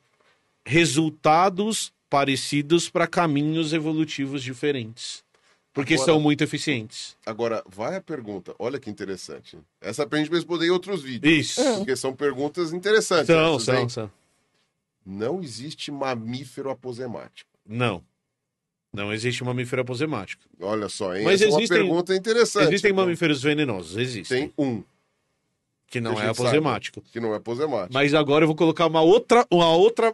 Speaker 2: resultados parecidos para caminhos evolutivos diferentes. Porque
Speaker 3: Agora-
Speaker 2: são muito eficientes.
Speaker 3: Agora, vai a pergunta. Olha que interessante. Essa pra gente responder em outros vídeos.
Speaker 2: Isso.
Speaker 3: Porque são perguntas interessantes.
Speaker 2: Hum. São,
Speaker 3: né?
Speaker 2: são,
Speaker 3: Tudo
Speaker 2: são.
Speaker 3: bem? Não existe mamífero aposemático.
Speaker 2: Não. Não existe mamífero aposemático.
Speaker 3: Olha só, hein?
Speaker 2: Mas
Speaker 3: Essa
Speaker 2: existem-
Speaker 3: é uma pergunta interessante.
Speaker 2: Existem
Speaker 3: Então,
Speaker 2: mamíferos venenosos, existem.
Speaker 3: Tem um
Speaker 2: Que não
Speaker 3: que a
Speaker 2: é
Speaker 3: gente sabe.
Speaker 2: aposemático.
Speaker 3: que não é aposemático.
Speaker 2: Mas agora eu vou colocar uma outra, uma outra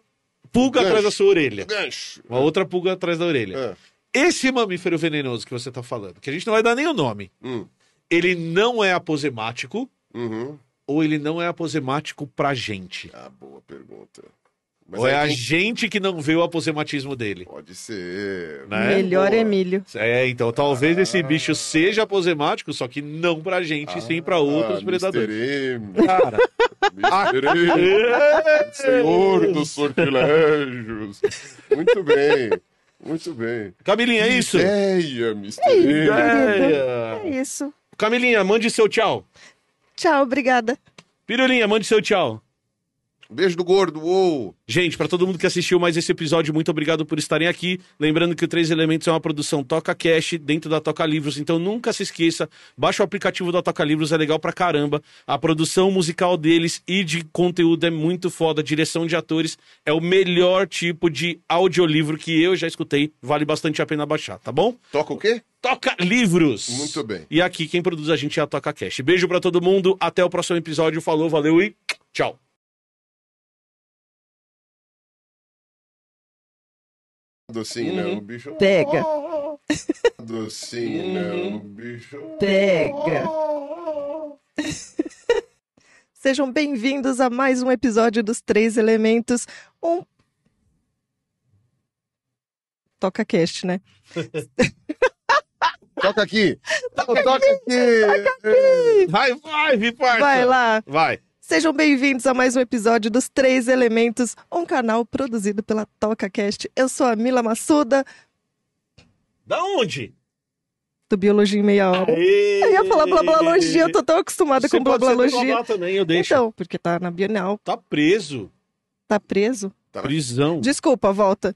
Speaker 2: pulga
Speaker 3: Gancho.
Speaker 2: atrás da sua orelha.
Speaker 3: Gancho.
Speaker 2: Uma outra pulga atrás da orelha.
Speaker 3: É.
Speaker 2: Esse mamífero venenoso que você tá falando, que a gente não vai dar nem o nome,
Speaker 3: Hum.
Speaker 2: ele não é aposemático
Speaker 3: Uhum.
Speaker 2: ou ele não é aposemático pra gente?
Speaker 3: Ah, boa pergunta.
Speaker 2: ou é
Speaker 3: aí
Speaker 2: a
Speaker 3: quem-
Speaker 2: gente que não vê o aposematismo dele?
Speaker 3: Pode ser.
Speaker 2: Né?
Speaker 1: Melhor
Speaker 3: Boa.
Speaker 1: Emílio.
Speaker 2: É, então talvez esse
Speaker 3: Ah.
Speaker 2: bicho seja aposemático, só que não pra gente, sim pra outros
Speaker 3: Ah,
Speaker 2: predadores.
Speaker 3: Mr.
Speaker 2: <laughs>
Speaker 3: M,
Speaker 2: Cara,
Speaker 3: Mr. M. Senhor dos sortilégios. Muito bem. Muito bem.
Speaker 2: Camilinha, é isso?
Speaker 3: Ideia, Mr. M.
Speaker 2: Ideia.
Speaker 1: É isso.
Speaker 2: Camilinha, mande seu tchau.
Speaker 1: Tchau, obrigada.
Speaker 2: Pirulinha, mande seu tchau.
Speaker 3: Beijo do gordo, uou.
Speaker 2: Gente, pra todo mundo que assistiu mais esse episódio, muito obrigado por estarem aqui. Lembrando que o Três Elementos é uma produção Toca Cash dentro da Toca Livros, então nunca se esqueça, baixa o aplicativo da Toca Livros, é legal pra caramba. A produção musical deles e de conteúdo é muito foda, direção de atores é o melhor tipo de audiolivro que eu já escutei, vale bastante a pena baixar, tá bom?
Speaker 3: Toca o quê?
Speaker 2: Toca Livros.
Speaker 3: Muito bem.
Speaker 2: E aqui quem produz a gente é a Toca Cash. Beijo pra todo mundo, até o próximo episódio. Falou, valeu e tchau.
Speaker 3: Docinho, não, o bicho. é um
Speaker 1: Pega.
Speaker 3: Docinho, não, o bicho. é um
Speaker 1: Pega. <laughs> Sejam bem-vindos a mais um episódio dos Três Elementos. Um. Toca cast, né?
Speaker 3: Toca aqui. Toca, aqui.
Speaker 2: High five, parça.
Speaker 1: Vai lá!
Speaker 2: Vai.
Speaker 1: Sejam bem-vindos a mais um episódio dos Três Elementos, um canal produzido pela Toca Cast. Eu sou a Mila Massuda,
Speaker 2: Da onde?
Speaker 1: do Biologia em Meia Hora. Eu ia falar blablalogia, eu tô tão acostumada com blablalogia.
Speaker 2: também, eu deixo.
Speaker 1: Então, porque tá na Bienal,
Speaker 2: Tá preso.
Speaker 1: tá preso.
Speaker 3: Tá.
Speaker 2: Prisão.
Speaker 1: Desculpa, volta.